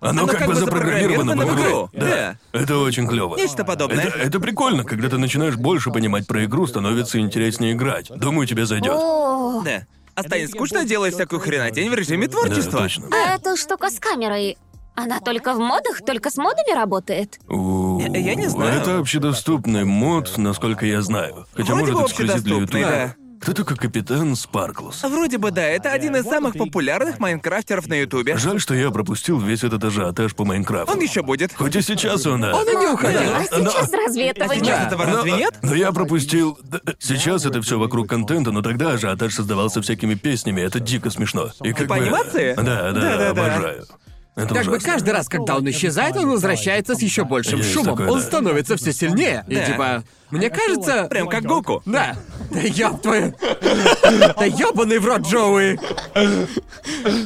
S2: Оно, Ну, как, бы запрограммировано в игру.
S3: Да.
S2: Это очень клево.
S3: Нечто подобное.
S2: Это, это прикольно, когда ты начинаешь больше понимать про игру, становится интереснее играть. Думаю, тебе зайдет.
S4: О,
S3: Да. а станет скучно, делая всякую хренотень в режиме
S2: Да,
S3: творчества.
S2: точно.
S4: А эта штука с камерой, она только в модах, только с модами работает?
S2: У,
S3: Я- я не знаю.
S2: Это общедоступный мод, насколько я знаю. Хотя,
S3: Вроде бы
S2: может, эксклюзив для
S3: общедоступный,
S2: Ютуба. Кто такой капитан Спарклс?
S3: Вроде бы да, это один из самых популярных майнкрафтеров на Ютубе.
S2: Жаль, что я пропустил весь этот ажиотаж по Майнкрафту.
S3: Он еще будет.
S2: Хоть и сейчас он... а,
S1: Он и не уходил.
S4: А сейчас разве этого
S3: Сейчас
S4: нет?
S3: этого
S2: но-
S3: разве нет?
S2: Но я пропустил... да, э, Сейчас это все вокруг контента, но тогда ажиотаж создавался всякими песнями. Это дико смешно. И как
S3: Типа
S2: бы-
S3: анимации?
S2: Да, да,
S3: Да-да-да.
S2: обожаю. Это
S1: Как бы
S2: ужасно.
S1: каждый раз, когда он исчезает, он возвращается с еще большим
S2: Есть
S1: шумом.
S2: такое,
S1: Он
S2: да.
S1: становится все сильнее. И
S3: Да.
S1: типа, мне кажется...
S3: Прям как Гоку.
S1: Да. Да ёб твою... Да ёбаный в рот, Джоуи.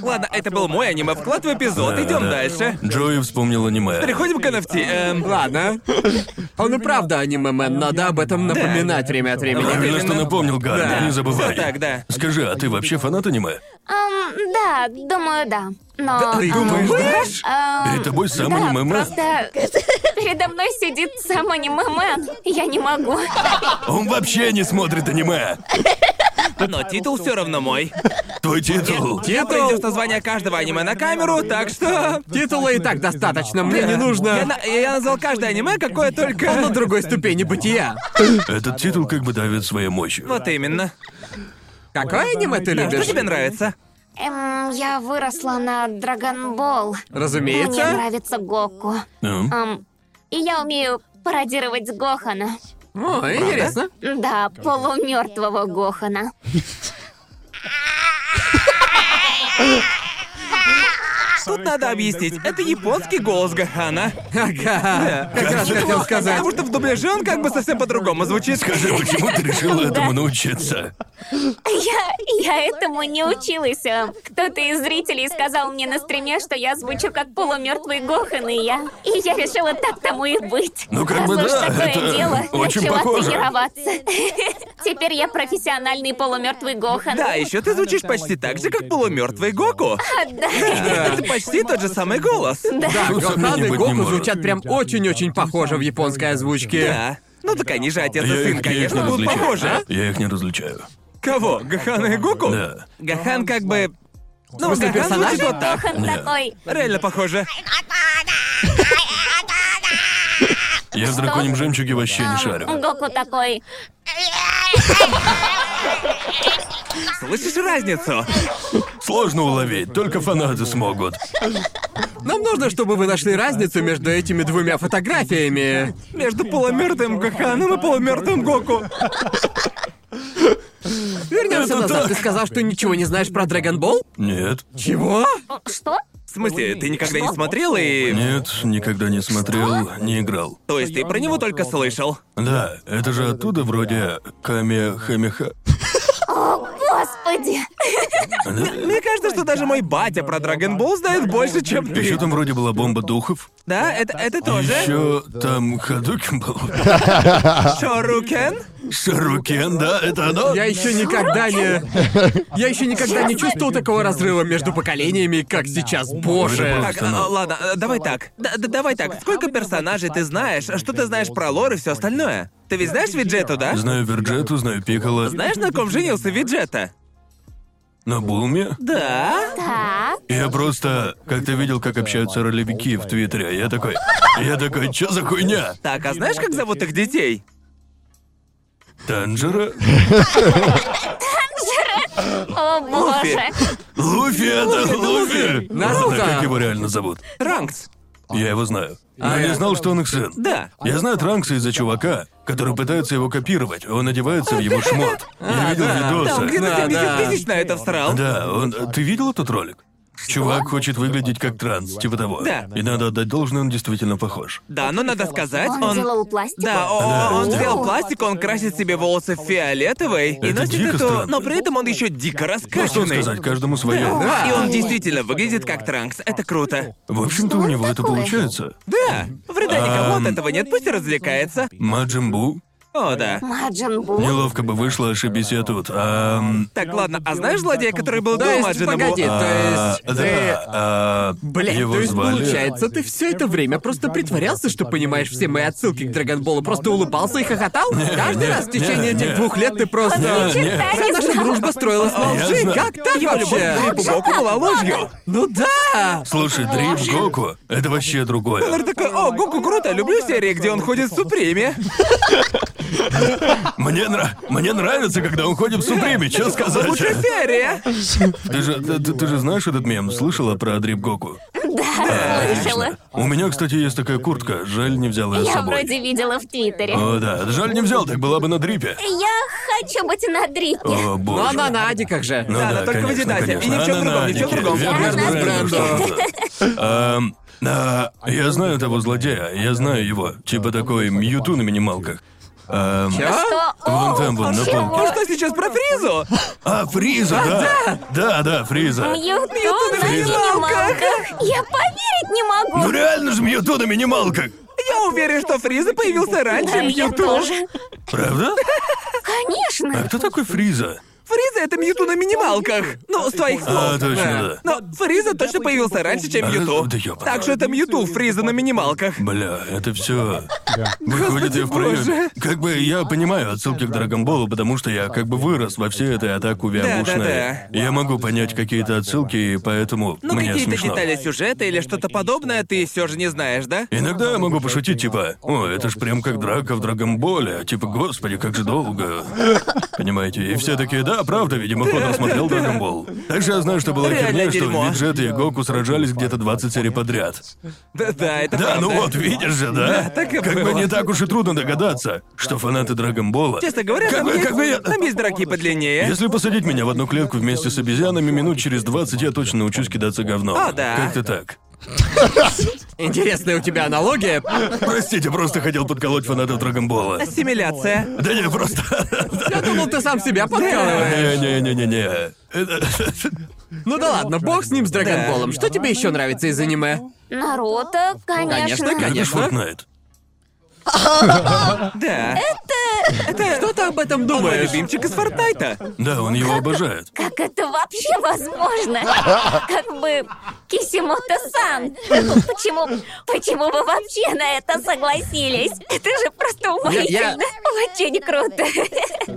S3: Ладно, это был мой аниме-вклад в эпизод,
S2: Да,
S3: идем
S2: да.
S3: дальше.
S2: Джои вспомнил аниме.
S3: Переходим к NFT. Эм,
S1: Ладно. Он и правда аниме-мен, надо об этом напоминать время от времени.
S2: Правильно, что
S3: Именно.
S2: напомнил, Гарри,
S3: Да.
S2: не забывай.
S3: Всё так, да.
S2: Скажи, а ты вообще фанат аниме?
S4: Эм, да, думаю, да. Но...
S3: А,
S4: эм,
S1: Думаешь?
S4: эм,
S2: Перед тобой сам
S4: да,
S2: аниме-мен?
S4: просто передо мной сидит сам аниме-мен. Я не могу.
S2: Он вообще не смотрит аниме.
S3: но титул все равно мой.
S2: Твой титул.
S3: Я пройдешь название каждого аниме на камеру, так что.
S1: Титула и так достаточно, мне не
S3: Я,
S1: нужно...
S3: на- я назвал каждое аниме, какое
S1: Он на
S3: только.
S1: другой ступени бытия.
S2: Этот титул как бы давит своей мощью.
S3: Вот именно.
S1: Какое аниме ты
S3: Что
S1: любишь?
S3: тебе нравится?
S4: Эм, я выросла на Драгонбол. Мне
S1: Разумеется.
S4: нравится Гоку.
S2: Ну,
S3: А.
S4: Эм, и я умею пародировать Гохана.
S1: О, интересно.
S4: Да, полумертвого Гохана.
S3: Тут надо объяснить. Это японский голос Гахана.
S1: Ага. Как раз хотел сказать.
S3: Потому что в дубляже он как бы совсем по-другому звучит.
S2: Скажи, почему ты решила этому научиться?
S4: Я, я этому не училась. а. Кто-то из зрителей сказал мне на стриме, что я звучу как полумертвый Гохан, и я... И я решила так тому и быть.
S2: Ну, как
S4: Раз
S2: бы
S4: уж
S2: да,
S4: такое
S2: это
S4: дело,
S2: очень
S4: начала
S2: похоже.
S4: тренироваться. Теперь я профессиональный полумертвый Гохан.
S3: Да, еще ты звучишь почти так же, как полумертвый Гоку. Это почти тот же самый голос.
S1: Да,
S2: Тут
S1: Гохан
S2: сомнений
S1: и
S2: быть не
S1: Гоку
S2: может.
S1: звучат прям очень-очень похоже в японской озвучке.
S3: Да. Ну так они же отец и
S2: Я их,
S3: сын,
S2: я их не
S3: конечно, будут
S2: различаю.
S3: похожи. а?
S2: Я их не различаю.
S3: Кого? Гахана и Гоку?
S2: Да.
S3: Гахан как бы... Ну,
S1: смысле,
S3: Гахан звучит
S1: персонажа?
S3: вот так.
S4: Гохан такой...
S3: Реально похоже.
S2: Я в драконьем жемчуге вообще не шарю.
S4: Гоку такой...
S3: Слышишь разницу?
S2: Сложно уловить, только фанаты смогут.
S1: Нам нужно, чтобы вы нашли разницу между этими двумя фотографиями.
S3: Между полумертвым Гаханом и полумертвым Гоку.
S1: Вернемся
S2: Это
S1: назад.
S2: так.
S1: Ты сказал, что ничего не знаешь про Dragon Ball?
S2: Нет.
S1: Чего?
S4: Что?
S3: В смысле, ты никогда не смотрел и...
S2: Нет, никогда не смотрел, не играл.
S3: То есть ты про него только слышал?
S2: Да, это же оттуда вроде Камехамеха.
S4: Господи!
S3: Мне кажется, что даже мой батя про Драгонбол знает больше, чем
S2: Еще
S3: ты.
S2: там вроде была бомба духов.
S3: Да, это, это тоже.
S2: Еще там Хадукин был.
S3: Шорукен?
S2: Шарукен, да, это оно?
S1: Я еще никогда не... Я еще никогда не чувствовал такого разрыва между поколениями, как сейчас. Боже.
S3: Так, а, а, ладно, а, давай так. Да- да- давай так. Сколько персонажей ты знаешь? Что ты знаешь про лор и все остальное? Ты ведь знаешь Виджету, да?
S2: Знаю Верджету, знаю Пикала.
S3: Знаешь, на ком женился Виджета?
S2: На Булме?
S3: Да.
S4: Так...
S2: Я просто как-то видел, как общаются ролевики в Твиттере. а Я такой, я такой, чё за хуйня?
S3: Так, а знаешь, как зовут их детей?
S2: Танжера?
S4: О боже!
S2: Луфи это, Луфи!
S1: Наруто!
S2: Да, Как его реально зовут?
S3: Ранкс.
S2: Я его знаю. Я не знал, что он их сын.
S3: Да.
S2: Я знаю Транкса из-за чувака, который пытается его копировать. Он одевается в его шмот. Я видел
S3: Да,
S2: видосы.
S3: он где-то
S1: Да,
S3: 70
S1: да.
S3: тысяч на это всрал.
S2: Да, он... Ты видел этот ролик? Чувак хочет выглядеть как транс, типа того.
S3: Да.
S2: И надо отдать должное, он действительно похож.
S3: Да, но надо сказать,
S4: Он
S3: он...
S4: делал пластику?
S3: Да, о- о- он
S2: да.
S3: сделал пластику, он красит себе волосы фиолетовой и
S2: Это
S3: носит
S2: дико
S3: эту...
S2: странно.
S3: Но при этом он еще дико
S2: Ну, что
S3: раскачанный.
S2: сказать, каждому свое.
S1: Да.
S3: И он действительно выглядит как Транкс. Это круто.
S2: В общем-то, у него это
S4: такое?
S2: получается.
S3: Да, вреда никому от
S2: Ам.
S3: этого нет, пусть развлекается.
S2: Маджимбу?
S3: О, да.
S4: Маджин Бу.
S2: Неловко бы вышло, ошибись я тут. Ам,
S3: Так, ладно, а знаешь злодея, который был
S1: То
S3: до
S1: есть,
S3: Маджина Бу?
S1: погоди,
S3: А,
S1: то
S2: а,
S1: есть ты...
S2: да, а,
S1: Блин,
S2: его
S1: то есть
S2: звали-
S1: получается, ты все это время просто притворялся, что понимаешь все мои отсылки к Драгонболу, просто улыбался и хохотал? Каждый раз в течение
S2: не.
S1: этих двух лет ты просто...
S2: Не, не.
S1: Вся наша дружба строилась на
S2: Я
S1: лжи,
S2: знаю.
S1: как так
S3: Его любовь к
S1: вообще?
S3: Дрейпу Гоку была ложью.
S1: Ну да!
S2: Слушай, Дрип Гоку — это вообще другое.
S3: Ты такой, о, Гоку круто, люблю серии, где он ходит в Суприме.
S2: Мне, нра- Мне нравится, когда он ходит в суприме, чё
S3: Лучшая
S2: сказать?
S3: серия.
S2: Ты же, ты, ты- ты же знаешь этот мем? Слышала про Дрип Гоку?
S4: Да, слышала.
S2: У меня, кстати, есть такая куртка. Жаль, не взял ее с
S4: Я
S2: собой.
S4: вроде видела в Твиттере.
S2: О, да. Жаль, не взял, так была бы на дрипе.
S4: Я хочу быть на дрипе.
S2: О,
S1: Ну
S2: боже.
S1: она на Адиках же.
S2: Ну
S3: Да, да, только в
S2: конечно,
S3: Адидасе. И
S2: конечно.
S3: ни в чём
S2: Она
S3: другом,
S2: на
S3: ни в чём
S2: Адике.
S3: другом.
S2: Верно,
S4: Верно,
S2: Брэнда,
S1: Брэнда.
S2: что-то. Эм, а, Я знаю того злодея, я знаю его. Типа такой Мьюту на минималках. Эм,
S4: Что?
S2: Вон
S4: О,
S2: там, вон, на
S4: чего?
S2: полке.
S3: Ну что сейчас про Фризу?
S2: А, Фриза, да! Да, да, Фриза.
S4: Мьютон
S3: Мьютон
S4: на
S3: на
S4: минималках. Я поверить не
S2: Ну
S4: могу.
S2: реально же Мьюту на минималках!
S3: Я уверен, что Фриза появился раньше
S4: Да, я
S3: Мьюту.
S4: тоже.
S2: Правда? А
S4: Конечно.
S2: кто такой Фриза?
S3: Фриза это Мьюту на минималках. Ну, с твоих слов.
S2: А, точно, да.
S3: Но Фриза точно появился раньше, чем
S2: А,
S3: Мьюту.
S2: да ёпта.
S3: Так что это Мьюту, Фриза на минималках.
S2: Бля, это все. Выходит, я в
S3: Господи,
S2: проеме. Как бы я понимаю отсылки к Драгонболу, потому что я как бы вырос во всей этой атаку
S3: Да-да-да.
S2: виабушной. Я могу понять какие-то отсылки, и поэтому
S3: Ну,
S2: мне
S3: какие-то
S2: смешно.
S3: детали сюжета или что-то подобное ты все же не знаешь, да?
S2: Иногда я могу пошутить, типа, о, это ж прям как драка в Драгонболе, типа, господи, как же долго. Понимаете, и все такие, да, правда, видимо, Конор смотрел Драгонбол. Также я знаю, что была
S3: Реально
S2: херня, что
S3: дерьмо.
S2: Виджет и Гоку сражались где-то 20 серий подряд.
S3: Да, да, это
S2: Да,
S3: правда.
S2: ну вот, видишь же, да?
S3: так и
S2: как бы
S3: было.
S2: не так уж и трудно догадаться, что фанаты Драгонбола...
S3: Честно говоря,
S2: как
S3: там,
S2: бы,
S3: есть,
S2: как бы я...
S3: там есть драки подлиннее.
S2: Если посадить меня в одну клетку вместе с обезьянами, минут через 20 я точно научусь кидаться говном.
S3: О, да.
S2: Как-то так.
S1: Интересная у тебя аналогия.
S2: Простите, просто хотел подколоть фанатов Драгонбола.
S3: Ассимиляция.
S2: Да не, просто...
S1: Я думал, ты сам себя подкалываешь.
S2: Не-не-не-не-не. Это-
S1: Ну да ладно, бог с ним, с Драгонболом. Что тебе еще нравится из аниме?
S4: Наруто, конечно.
S1: А. Конечно,
S2: Любишь
S1: конечно.
S2: Fortnite?
S3: Да.
S1: Что ты об этом
S3: Мой
S1: думаешь?
S3: любимчик из Фортнайта.
S2: Да, он его обожает.
S4: Как это вообще возможно? Как бы Кисимото-сан. Почему, почему вы вообще на это согласились? Это же просто
S1: Я- я-
S4: уморительно. Очень круто.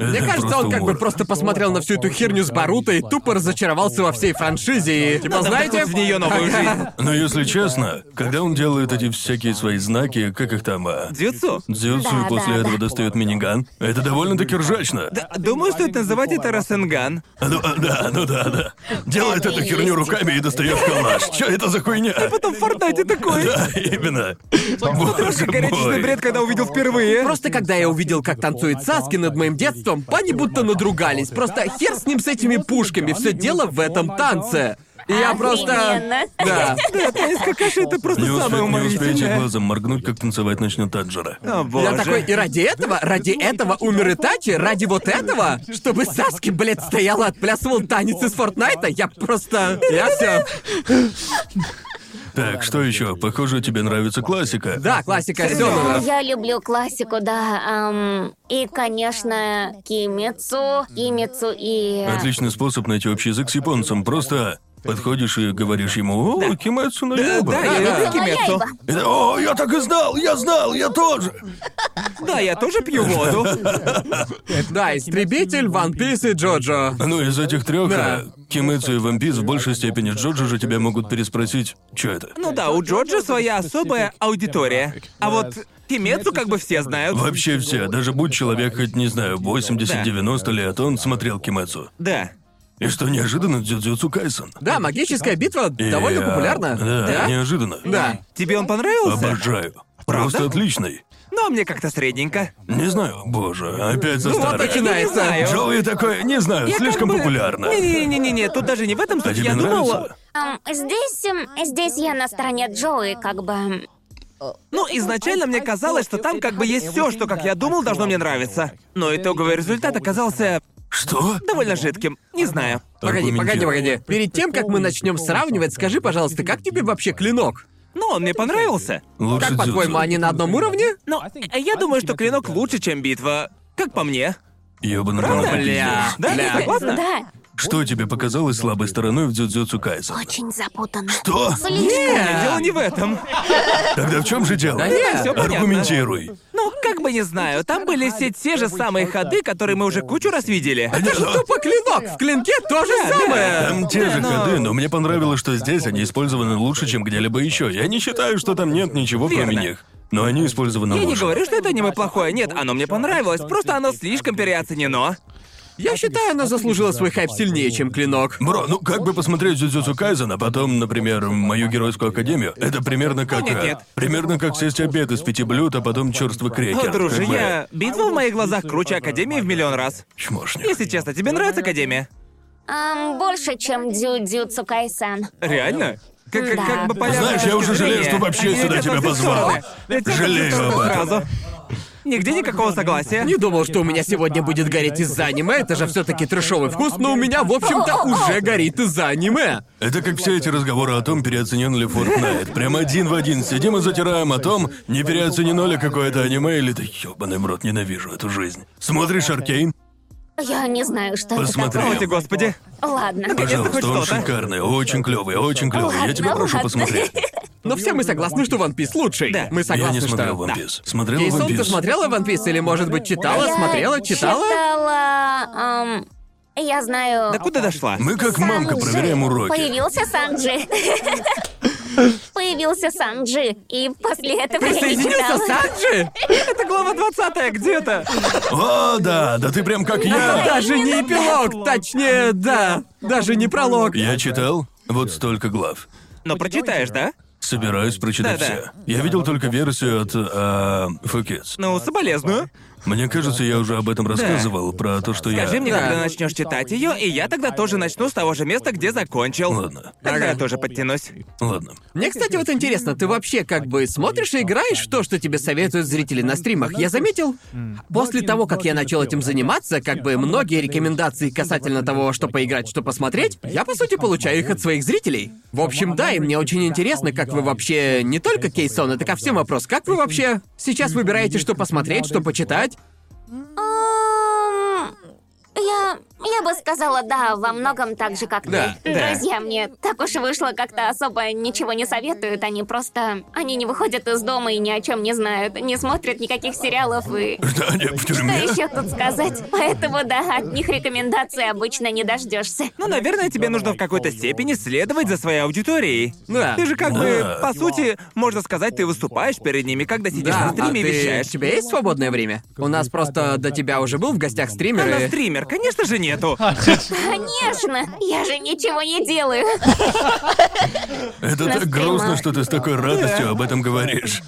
S1: Мне
S2: Это
S1: кажется, он
S2: просто
S1: как бы
S2: умор.
S1: просто посмотрел на всю эту херню с Баруто и тупо разочаровался во всей
S3: Ну
S1: франшизе и... Типа, знаете...
S3: вдохнуть в неё новую жизнь.
S2: Но если честно, когда он делает эти всякие свои знаки, как их там, а,
S3: Дзюцу.
S2: Дзюцу
S4: Да,
S2: и после
S4: да,
S2: этого
S4: да.
S2: достает миниган. Это довольно-таки ржачно.
S3: Да, Думаю, стоит называть это Расенган.
S2: Ну, а, да, ну да, да. Делает эту
S4: и
S2: херню
S4: есть.
S2: руками и достает калаш. Чё это за хуйня?
S3: Потом в Фортнайте такой.
S2: Да, именно.
S3: Просто
S2: Боже
S3: горячечный
S2: мой.
S3: бред, когда увидел впервые.
S1: Просто когда я увидел, как танцует Саски над моим детством, пани будто надругались. Просто хер с ним с этими пушками, все дело в этом танце. И я просто...
S4: Охрененно.
S1: Да.
S3: Да, Танис Какаши это просто
S2: Не, успе-
S3: самое
S2: не успеете
S3: уморительное.
S2: глазом моргнуть, как танцевать начнет Таджера.
S3: О, А, боже.
S1: Я такой, и ради этого, ради этого умер Итачи, ради вот этого, чтобы Саски, блядь, стояла, отплясывал танец из Фортнайта, я просто... Я все...
S2: Так, что еще? Похоже, тебе нравится классика.
S1: Да, классика
S4: Ну,
S1: Сёнэна.
S4: Я люблю классику, да. ам, и, конечно, Кимицу, Кимицу и... э,
S2: Отличный способ найти общий язык с японцем. Просто подходишь и говоришь ему, о, Кимэцу на
S3: Да, да,
S4: а,
S3: я
S1: Да,
S3: люблю
S1: да.
S3: Кимецу.
S4: Самояйба.
S2: И да, О, я так и знал, я знал, я тоже.
S3: Да, я тоже пью воду.
S1: Да, Истребитель, Ван Пис и Джоджо.
S2: Ну, из этих трех,
S1: Да.
S2: Кимэцу и Вампис в большей степени Джоджо же тебя могут переспросить, что это.
S3: Ну да, у Джорджа своя особая аудитория. А вот Кимецу как бы все знают.
S2: Вообще все, даже будь человек хоть, не знаю, 80-90 лет, он смотрел Кимэцу.
S3: Да.
S2: И что неожиданно, Дзюдзюцу Кайсон.
S1: Да, магическая битва
S2: И,
S1: довольно
S2: а,
S1: популярна.
S2: Да, неожиданно.
S1: Да.
S3: Тебе он понравился?
S2: Обожаю. Просто отличный.
S3: Ну, а мне как-то средненько.
S2: Не знаю, боже, опять за
S1: Ну вот
S2: старое.
S1: начинается.
S3: Я не знаю.
S2: Джоуи такой, не знаю,
S3: Я
S2: слишком
S3: как бы-
S2: популярно.
S3: Не-не-не-не, тут даже не в этом
S2: А
S3: суть.
S2: тебе
S3: Я думала...
S2: нравится?
S4: ам, здесь, м, здесь я на стороне Джои, как бы...
S3: Ну, изначально мне казалось, что там как бы есть все, что, как я думал, должно мне нравиться. Но итоговый результат оказался
S2: Что?
S3: довольно жидким. Не знаю.
S1: Погоди, погоди,
S2: Аргументированно.
S1: погоди. Перед тем, как мы начнем сравнивать, скажи, пожалуйста, как тебе вообще клинок?
S3: но он мне понравился.
S2: Лучше
S1: Как, по-твоему,
S2: Дзюдзю.
S1: они на одном уровне?
S3: Ну, я думаю, что клинок лучше, чем битва. Как по мне.
S2: Ёбаный в рот,
S3: Правда?
S2: пиздец.
S1: Бля,
S3: Да,
S1: бля.
S3: согласна?
S4: Да,
S2: Что тебе показалось слабой стороной в Дзюдзюцу Кайсен?
S4: очень запутанно.
S2: То?
S3: Нет, дело не в этом.
S2: Тогда в чем же дело?
S1: Да нет,
S3: всё понятно.
S2: Аргументируй.
S3: Ну, как бы не знаю, там были все те же самые ходы, которые мы уже кучу раз видели.
S1: Тупо клинок, в клинке то же самое.
S2: ну, Там те же
S3: но-
S2: ходы, но мне понравилось, что здесь они использованы лучше, чем где-либо еще. Я не считаю, что там нет ничего, кроме
S3: Верно.
S2: них. Но они использованы
S3: Я не
S2: лучше.
S3: говорю, что это аниме плохое, нет, оно мне понравилось, просто оно слишком переоценено.
S1: Я считаю, она заслужила свой хайп сильнее, чем клинок.
S2: Бро, ну как бы посмотреть Джуджутсу Кайзен, а потом, например, мою геройскую академию, это примерно как...
S3: Нет,
S2: э,
S3: нет.
S2: Примерно как съесть обед из пяти блюд, а потом черствый крекер.
S3: О, друже,
S2: Как бы,
S3: я... Битва в моих глазах круче Академии в миллион раз.
S2: Чмошник.
S3: Если честно, тебе нравится Академия?
S4: Ам, больше, чем Дзю-Дзю Цукай-сан.
S3: Реально? Как, как, как бы
S4: Да.
S3: понятно.
S2: Знаешь, я уже жалею, что вообще сюда тебя позвал. Жалею об этом.
S3: Сразу. Нигде никакого согласия.
S1: Не думал, что у меня сегодня будет гореть из-за аниме, это же все-таки трешовый вкус, но у меня, в общем-то, уже горит из-за аниме.
S2: Это как все эти разговоры о том, переоценен ли Fortnite. Прям один в один сидим и затираем о том, не переоценено ли какое-то аниме или... Да ёбаный в рот, ненавижу эту жизнь. Смотришь Аркейн?
S4: Я не знаю, что
S2: Посмотри.
S4: это
S3: О, ты, господи.
S4: такое. Ладно.
S2: Пожалуйста, он
S3: хоть что-то.
S2: шикарный, очень клевый, очень клевый. Я
S4: Ладно,
S2: тебя прошу
S4: ладно.
S2: посмотреть.
S1: Но все мы согласны, что One Piece лучший.
S3: Да.
S1: Мы
S2: Я
S1: согласны,
S2: не смотрел
S1: что...
S2: One
S1: Да.
S2: Piece. Смотрел
S1: Кейсон,
S2: One
S1: ты
S2: Piece?
S1: смотрела One Piece или, может быть, читала,
S4: Я
S1: смотрела, читала?
S4: читала, ам, я знаю...
S3: Да куда дошла?
S2: Мы как мамка
S4: Санджи.
S2: проверяем уроки.
S4: Появился Санджи. Появился Санджи. И после этого я не
S1: Присоединился
S4: читала.
S1: Санджи?
S3: Это глава 20 где-то.
S2: О, да, да ты прям как
S1: Это
S2: я.
S1: даже не эпилог, точнее, да, даже не пролог.
S2: Я читал вот столько глав.
S3: Но прочитаешь, да?
S2: Собираюсь прочитать
S3: Да-да.
S2: все. Я видел только версию от э, Фукетс.
S3: Ну, соболезную.
S2: Мне кажется, я уже об этом рассказывал, про то, что я...
S3: Скажи мне,
S1: Да.
S3: когда начнешь читать ее, и я тогда тоже начну с того же места, где закончил.
S2: Ладно.
S3: Тогда я
S1: Ага.
S3: тоже подтянусь.
S2: Ладно.
S1: Мне, кстати, вот интересно, ты вообще как бы смотришь и играешь то, что тебе советуют зрители на стримах? Я заметил, после того, как я начал этим заниматься, как бы многие рекомендации касательно того, что поиграть, что посмотреть, я, по сути, получаю их от своих зрителей. В общем, да, и мне очень интересно, как вы вообще... Не только Кейсон, а это ко всем вопрос. Как вы вообще сейчас выбираете, что посмотреть, что почитать?
S4: Ам, Я, я бы сказала, да, во многом так же, как ты.
S1: Да,
S3: да.
S4: Друзья мне так уж вышло, как-то особо ничего не советуют. Они просто... Они не выходят из дома и ни о чем не знают. Не смотрят никаких сериалов и...
S2: Да, не, в
S4: Что
S2: тюрьме.
S4: еще тут сказать? Поэтому, да, от них рекомендаций обычно не дождешься.
S3: Ну, наверное, тебе нужно в какой-то степени следовать за своей аудиторией.
S1: Да.
S3: Ты же как бы,
S2: Да.
S3: по сути, можно сказать, ты выступаешь перед ними, когда сидишь на
S1: а
S3: стриме и
S1: ты-
S3: вещаешь.
S1: У тебя есть свободное время? У нас просто до тебя уже был в гостях стример
S3: Она
S1: и...
S3: А стример, конечно же, нету.
S4: Конечно, я же ничего не делаю.
S2: Это так
S4: стрима.
S2: грустно, что ты с такой радостью об этом говоришь.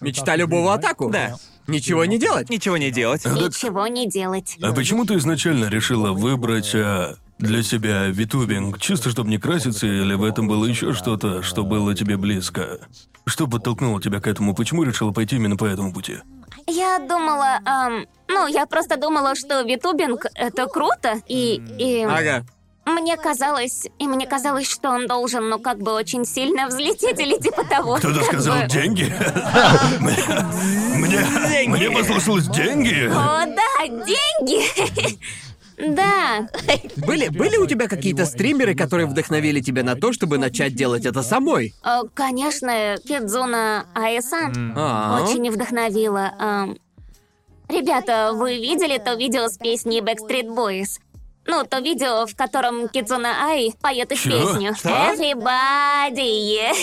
S1: Мечта любого атаку.
S3: Да.
S1: Ничего не делать.
S3: Ничего не делать.
S4: Ничего не делать.
S2: А почему ты изначально решила выбрать э, для себя витубинг? Чисто, чтобы не краситься, или в этом было еще что-то, что было тебе близко? Что подтолкнуло тебя к этому? Почему решила пойти именно по этому пути?
S4: Я думала, ам, ну, я просто думала, что витубинг — это круто, и, и
S1: Ага.
S4: мне казалось, и мне казалось, что он должен, ну, как бы очень сильно взлететь или типа того.
S2: Кто-то
S4: Как
S2: сказал
S4: бы-
S2: деньги? Мне... Мне... Мне послышалось деньги?
S4: О, да, деньги! Да,
S1: Были, были у тебя какие-то стримеры, которые вдохновили тебя на то, чтобы начать делать это самой?
S4: Э, конечно, Кидзуна Аэсан
S1: А.
S4: очень вдохновила. ам. Ребята, вы видели то видео с песней Backstreet Boys? Ну, то видео, в котором Кидзуна Ай поет их
S2: Чё?
S4: песню.
S2: Что?
S4: Everybody, yeah.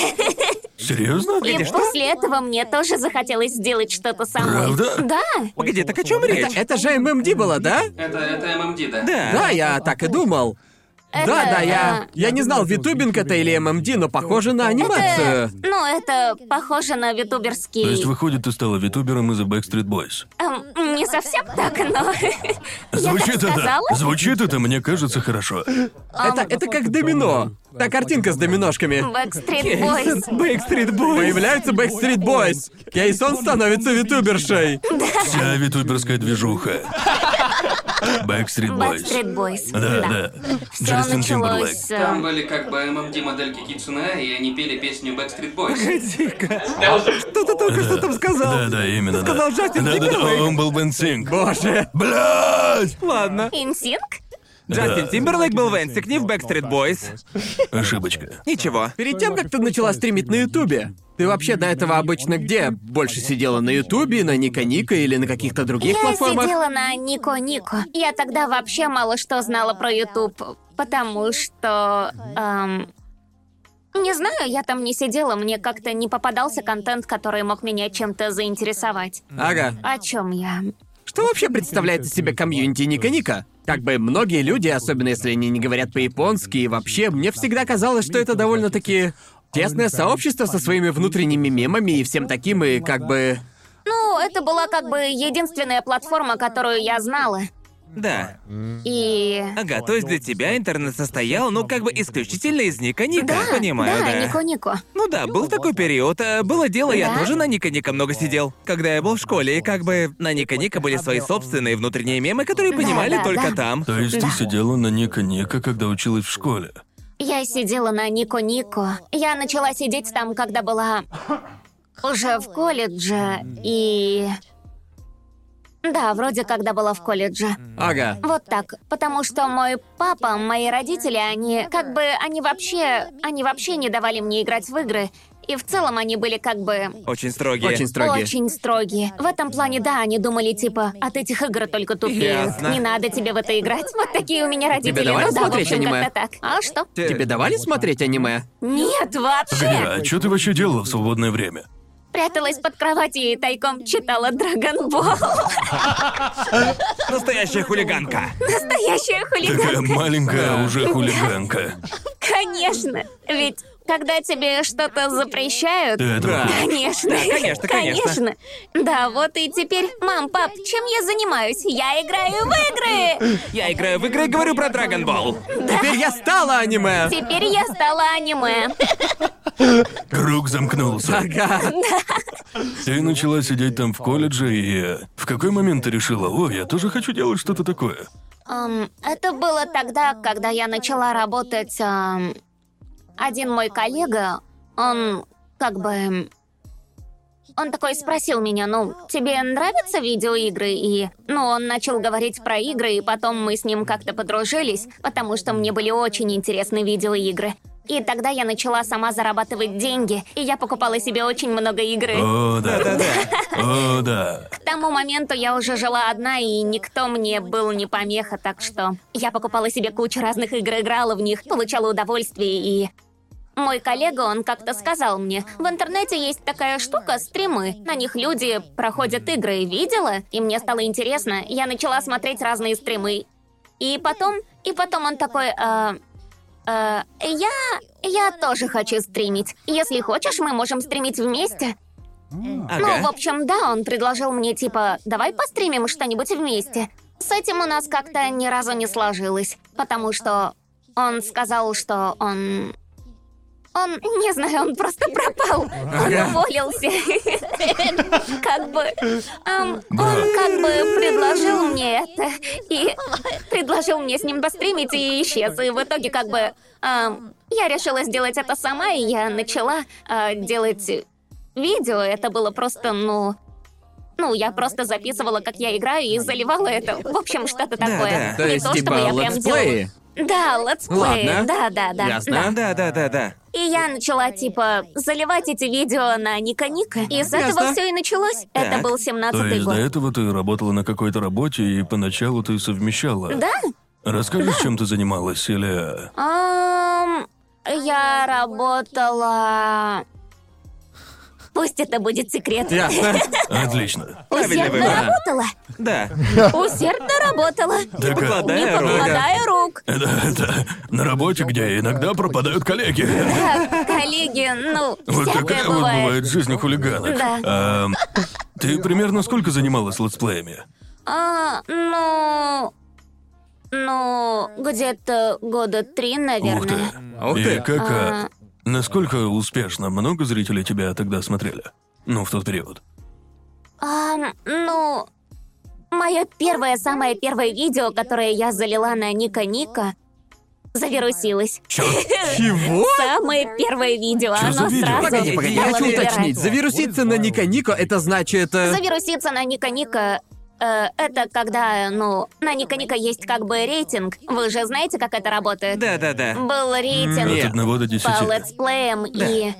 S2: Серьезно?
S4: И после этого мне тоже захотелось сделать что-то самой.
S2: Правда?
S4: Да.
S3: Погоди, так о чем речь?
S1: ну, Это же ММД было, да?
S5: Это, это MMD, да?
S1: Да,
S3: Да.
S1: я так и думал.
S4: Это,
S1: Да, да, я.
S4: э,
S1: Я не знал, витубинг это или ММД, но похоже на анимацию.
S4: Ну, это похоже на витуберский.
S2: То есть, выходит, ты стала витубером из-за Backstreet Boys.
S4: Эм, не совсем так, но.
S2: Звучит это,
S4: сказала?
S2: звучит это, мне кажется, хорошо.
S4: э,
S1: Это, это как домино. Та картинка с доминошками.
S4: Backstreet Boys.
S3: Бэкстрит Бойс.
S1: Появляется Backstreet Boys. Кейсон становится витубершей.
S2: Вся витуберская движуха. Backstreet Boys.
S4: Backstreet Boys.
S2: Да, да.
S4: Все
S2: Джастин Тимберлейк.
S4: началось...
S5: Там
S4: э,
S5: были как бы ММД модельки Кицуне, и они пели песню Backstreet Boys.
S3: Погоди-ка. Что ты только что там сказал?
S2: Да, да, именно, да.
S3: сказал Джастин
S2: да, да, да,
S3: Тимберлейк.
S2: он был Бен Синг.
S1: Боже.
S2: Блядь!
S3: Ладно.
S4: Инсинк?
S3: Джастин Тимберлейк был в Энсик, не в Backstreet Boys.
S2: Ошибочка.
S3: Ничего.
S1: Перед тем, как ты начала стримить на Ютубе, ты вообще до этого обычно где? Больше сидела на Ютубе, на Ника Ника или на каких-то других
S4: Я
S1: платформах?
S4: сидела на Нико Нико. Я тогда вообще мало что знала про Ютуб, потому что... эм, не знаю, я там не сидела, мне как-то не попадался контент, который мог меня чем-то заинтересовать.
S1: Ага.
S4: О чем я?
S1: Что вообще представляет из себя комьюнити Ника Ника? Как бы многие люди, особенно если они не говорят по-японски, и вообще, мне всегда казалось, что это довольно-таки тесное сообщество со своими внутренними мемами и всем таким, и как бы...
S4: Ну, это была как бы единственная платформа, которую я знала.
S3: Да.
S4: И...
S3: Ага, то есть для тебя интернет состоял, ну, как бы исключительно из Ника Ника, понимаю, да.
S4: да, Нико Нико.
S3: Ну да, был такой период. э, Было дело, я
S4: Да.
S3: тоже на Ника Ника много сидел. Когда я был в школе, и как бы на Ника Ника были свои собственные внутренние мемы, которые понимали
S4: да,
S3: только
S4: да.
S3: там.
S2: То есть ты сидела на Ника Ника, когда училась в школе?
S4: Я сидела на Нико Нико. Я начала сидеть там, когда была уже в колледже, и... Да, вроде когда была в колледже.
S1: Ага.
S4: Вот так. Потому что мой папа, мои родители, они как бы, они вообще, они вообще не давали мне играть в игры. И в целом они были как бы
S3: Очень строгие.
S1: Очень строгие.
S4: очень строгие. В этом плане, да, они думали, типа, от этих игр только тупее.
S3: Ясно.
S4: Не надо тебе в это играть. Вот такие у меня родители.
S1: давали
S4: ну, да, в
S1: смотреть
S4: общем,
S1: аниме?
S4: как-то так. А что?
S1: Тебе давали смотреть аниме?
S4: Нет, вообще.
S2: А что ты вообще делала в свободное время?
S4: Пряталась под кроватью и тайком читала Драгонбол.
S3: Настоящая хулиганка.
S4: Настоящая
S2: Такая
S4: хулиганка.
S2: маленькая уже хулиганка.
S4: Конечно. Ведь когда тебе что-то запрещают,
S2: Ты этого
S1: Да.
S2: ху-
S4: Конечно.
S3: конечно, конечно.
S4: Да, вот и теперь, мам, пап, чем я занимаюсь? Я играю в игры!
S3: Я играю в игры и говорю про Dragon Ball.
S1: Теперь я стала аниме!
S4: Теперь я стала аниме.
S2: круг замкнулся.
S1: Ага.
S2: Ты начала сидеть там в колледже, и э, в какой момент ты решила, о, я тоже хочу делать что-то такое?
S4: Эм, это было тогда, когда я начала работать. эм, один мой коллега, он как бы... эм, Он такой спросил меня, ну, тебе нравятся видеоигры? И, ну, он начал говорить про игры, и потом мы с ним как-то подружились, потому что мне были очень интересны видеоигры. И тогда я начала сама зарабатывать деньги, и я покупала себе очень много игры.
S2: О, да. О, да.
S4: К тому моменту я уже жила одна, и никто мне был не помеха, так что я покупала себе кучу разных игр, играла в них, получала удовольствие и... Мой коллега, он как-то сказал мне, в интернете есть такая штука, стримы, на них люди проходят игры, видела? И мне стало интересно, я начала смотреть разные стримы. И потом, и потом он такой, «Э, э, я, я тоже хочу стримить. Если хочешь, мы можем стримить вместе. Ну, в
S3: Ага.
S4: общем, да, он предложил мне типа, давай постримим что-нибудь вместе. С этим у нас как-то ни разу не сложилось, потому что он сказал, что он... Он, не знаю, он просто пропал. Он уволился. Как бы... эм, Он как бы предложил мне это. И предложил мне с ним достримить и исчез. И в итоге как бы... эм, Я решила сделать это сама, и я начала э, делать видео, это было просто, ну... Ну, я просто записывала, как я играю, и заливала это. В общем, что-то такое.
S3: да.
S1: То
S4: Не
S1: есть,
S4: то, чтобы
S1: типа,
S4: я прям
S1: летсплеи?
S4: делала. Да, летсплеи.
S1: Ладно.
S4: Да, да, да.
S1: Ясно.
S3: Да, да, да, да.
S4: Да. И я начала, типа, заливать эти видео на Ника Ника. И с этого
S3: Ясно.
S4: все и началось.
S3: Так.
S4: Это был
S2: То
S4: 17-й
S2: есть до
S4: год.
S2: этого ты работала на какой-то работе, и поначалу ты совмещала.
S4: Да?
S2: Расскажешь, чем ты занималась, или... э,
S4: Ам, я работала... Пусть это будет секрет.
S1: Ясно.
S2: Отлично.
S3: Правильный
S4: Усердно
S3: выбор.
S4: работала.
S3: Да.
S4: Усердно работала.
S2: Так, э,
S4: Не
S3: Подая рука.
S4: покладая рук.
S2: да, это на работе, где иногда пропадают коллеги.
S4: Так, коллеги, ну,
S2: Вот
S4: всякое
S2: такая вот
S4: бывает.
S2: бывает жизнь у хулиганок. Эм, Ты примерно сколько занималась летсплеями?
S4: А, ну... Ну, где-то года три,
S2: Ух ты.
S4: наверное.
S1: Ух
S2: И
S1: ты.
S2: как... а,
S4: А,
S2: Насколько успешно много зрителей тебя тогда смотрели? Ну, в тот период.
S4: ам, А, ну... Мое первое, самое первое видео, которое я залила на Ника Ника, завирусилось.
S1: Чего?
S4: Самое первое видео,
S2: Чё за
S4: оно
S2: видео?
S4: сразу
S1: Ну, Погоди, погоди, я
S4: стало
S1: хочу
S4: вирусным.
S1: уточнить. Завируситься на Ника Нико это значит. э,
S4: Завируситься на Ника Ника э, это когда, ну, на Ника Ника есть как бы рейтинг. Вы же знаете, как это работает?
S3: Да-да-да.
S4: Был рейтинг
S2: От одного до
S4: по
S2: десяти.
S4: летсплеям, и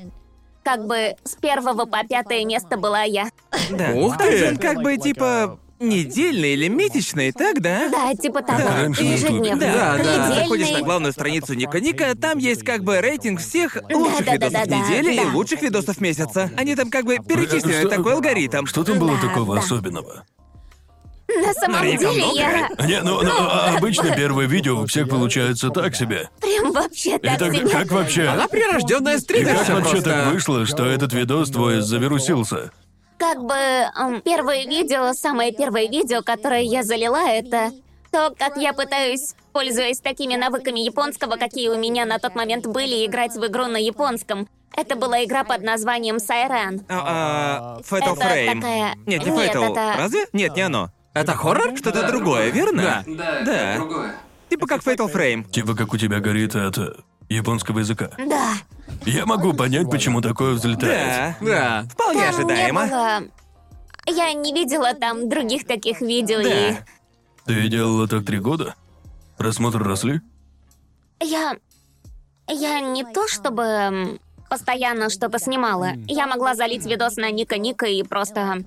S4: как бы с первого по пятое место была я.
S3: Да.
S1: Ух
S3: Так
S1: ты!
S3: же он как бы типа недельный или месячный, так, да?
S4: Да, типа того.
S2: Да, раньше на
S4: Ежедневно.
S1: Ютубе. Да, да.
S3: Когда ты
S4: Недельный.
S3: заходишь на главную страницу Ника Ника, там есть как бы рейтинг всех
S4: да,
S3: лучших
S4: да,
S3: видосов
S4: да, да,
S3: недели и
S4: да.
S3: лучших видосов месяца. Они там как бы перечислены,
S2: Что-
S3: такой алгоритм.
S2: Что там было
S4: Да,
S2: такого
S4: да.
S2: особенного?
S4: На самом
S3: Рика
S4: деле я
S2: Не, ну, ну, а обычно первое видео у всех получается так себе.
S4: прям вообще
S2: И
S4: так
S2: так
S4: себе.
S2: как вообще?
S1: Она прирожденная
S2: И как
S1: стримерша
S2: вообще
S1: просто.
S2: так вышло, что этот видос твой завирусился?
S4: Как бы эм, первое видео, самое первое видео, которое я залила, это то, как я пытаюсь, пользуясь такими навыками японского, какие у меня на тот момент были, играть в игру на японском. Это была игра под названием Сайрен.
S3: А, а, Fatal
S4: Это
S3: Frame.
S4: такая-
S3: Нет, не
S4: Нет,
S3: Fatal.
S4: это-
S3: Разве? Нет, не оно.
S1: Это хоррор?
S3: Что-то другое, верно?
S5: Да,
S3: Да.
S5: это другое.
S3: Типа как Fatal Frame.
S2: Типа как у тебя горит от э, японского языка.
S4: Да.
S2: Я могу понять, почему такое взлетает.
S3: Да.
S1: Да.
S3: Вполне
S4: Там не
S3: ожидаемо.
S4: было... Я не видела там других таких видео, и
S3: Да.
S2: Ты делала так три года? Просмотры росли?
S4: Я... Я не то чтобы м, постоянно что-то снимала. Я могла залить видос на Ника Ника и просто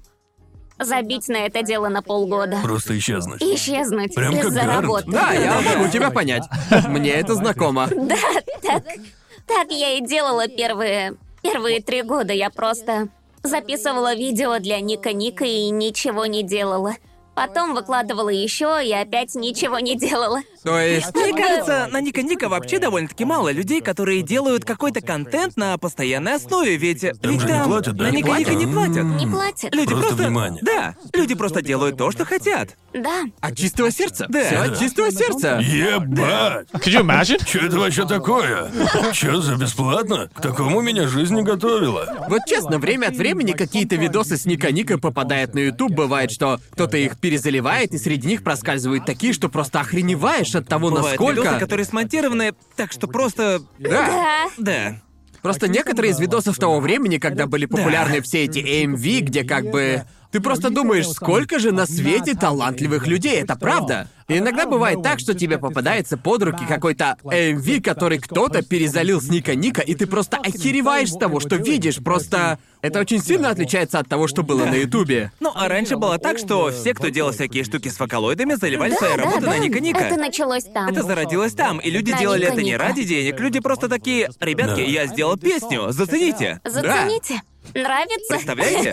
S4: забить на это дело на полгода.
S2: Просто исчезнуть.
S4: И исчезнуть
S2: Прям как
S4: из-за
S2: Гарольд.
S4: работы.
S1: Да, я могу тебя понять. Мне это знакомо.
S4: Так я и делала первые... Первые три года я просто записывала видео для Ника Ника и ничего не делала. Потом выкладывала еще и опять ничего не делала.
S1: То есть.
S3: Э, Мне кажется, на Ника Ника вообще довольно-таки мало людей, которые делают какой-то контент на постоянной основе, ведь, ведь
S2: же не
S3: там
S2: платят, да?
S3: на
S2: Не
S3: Ника Ника не платят.
S4: Не платят.
S3: Люди
S2: Просто
S3: просто,
S2: внимание.
S3: Да, люди просто делают то, что хотят.
S4: Да.
S1: От чистого сердца.
S3: Да.
S1: Все от чистого сердца.
S2: Ебать!
S6: Could you imagine?
S2: Че это вообще такое? Че за бесплатно? К такому меня жизнь не готовила.
S1: Вот честно, время от времени какие-то видосы с Ника Ника попадают на YouTube. Бывает, что кто-то их перезаливает, и среди них проскальзывают такие, что просто охреневаешь от того,
S3: Бывают видосы,
S1: насколько...
S3: которые смонтированы так, что просто...
S1: Да.
S4: Да.
S3: Да.
S1: Просто некоторые из видосов того времени, когда были популярны все эти AMV, где как бы... Ты просто думаешь, сколько же на свете талантливых людей, это правда. И иногда бывает так, что тебе попадается под руки какой-то AMV, который кто-то перезалил с Ника Ника, и ты просто охереваешь с того, что видишь. Просто это очень сильно отличается от того, что было на Ютубе.
S3: Ну, а раньше было так, что все, кто делал всякие штуки с вокалоидами, заливали свои
S4: Да,
S3: работы
S4: да.
S3: на Ника Ника.
S4: Это началось там.
S3: Это зародилось там, и люди
S4: На
S3: делали
S4: Ника
S3: это не
S4: Ника.
S3: ради денег, люди просто такие, ребятки,
S2: Да.
S3: я сделал песню, зацените.
S4: Зацените. Нравится?
S3: Представляете?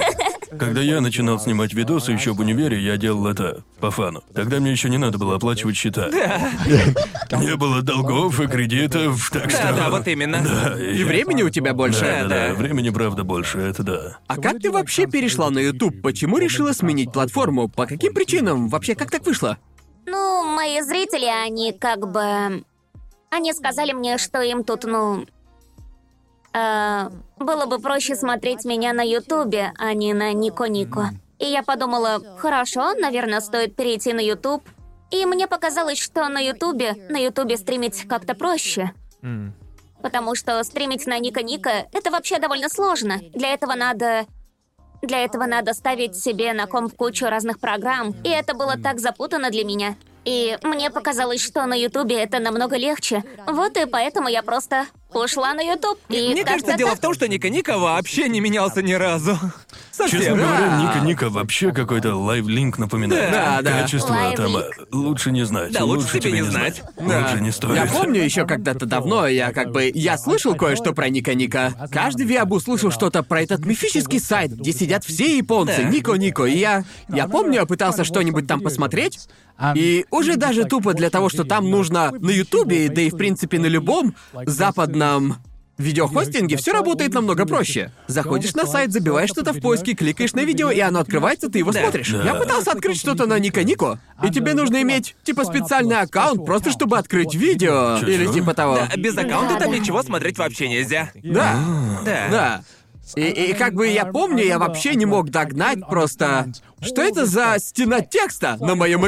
S2: Когда я начинал снимать видосы еще в универе, я делал это по фану. Тогда мне еще не надо было оплачивать счета. Не было долгов и кредитов, так что...
S3: Да, да, вот именно.
S1: И времени у тебя больше.
S2: Да, да, да,
S3: да.
S2: времени правда больше, это да.
S1: А как ты вообще перешла на YouTube? Почему решила сменить платформу? По каким причинам? Вообще, как так вышло?
S4: Ну, мои зрители, они как бы... Они сказали мне, что им тут, ну... э, было бы проще смотреть меня на Ютубе, а не на Нико-Нико. И я подумала, хорошо, наверное, стоит перейти на Ютуб. И мне показалось, что на Ютубе, на Ютубе стримить как-то проще. Потому что стримить на Ника-Ника — это вообще довольно сложно. Для этого надо для этого надо ставить себе на комп кучу разных программ, и это было так запутано для меня. И мне показалось, что на Ютубе это намного легче. Вот и поэтому я просто ушла на Ютуб. И
S3: Мне
S4: как-то
S3: кажется, дело
S4: так.
S3: в том, что Ника Ника вообще не менялся ни разу.
S2: Честно
S3: Совсем.
S2: говоря, Ника Ника вообще какой-то лайв-линк напоминает.
S1: Да, да.
S2: Качество там э, лучше не знать.
S3: Да, лучше тебе не знать.
S2: Лучше не стоит.
S1: Я помню еще когда-то давно, я как бы... Я слышал кое-что про Ника Ника. Каждый Виабу слышал что-то про этот мифический сайт, где сидят все японцы,
S3: Да.
S1: Нико-Нико. И я... Я помню, я пытался что-нибудь там посмотреть, и уже даже тупо для того, что там нужно на Ютубе, да и в принципе на любом западном видеохостинге все работает намного проще. Заходишь на сайт, забиваешь что-то в поиске, кликаешь на видео, и оно открывается, ты его
S3: Да.
S1: смотришь.
S2: Да.
S1: Я пытался открыть что-то на Ника Нико, и тебе нужно иметь типа специальный аккаунт просто чтобы открыть видео
S2: Чё-чё?
S1: или типа того.
S3: Да, без аккаунта
S4: Да,
S3: там
S4: да.
S3: ничего смотреть вообще нельзя.
S1: Да,
S3: Да.
S1: да. И, и как бы я помню, я вообще не мог догнать просто... Что это за стена текста на моем экране?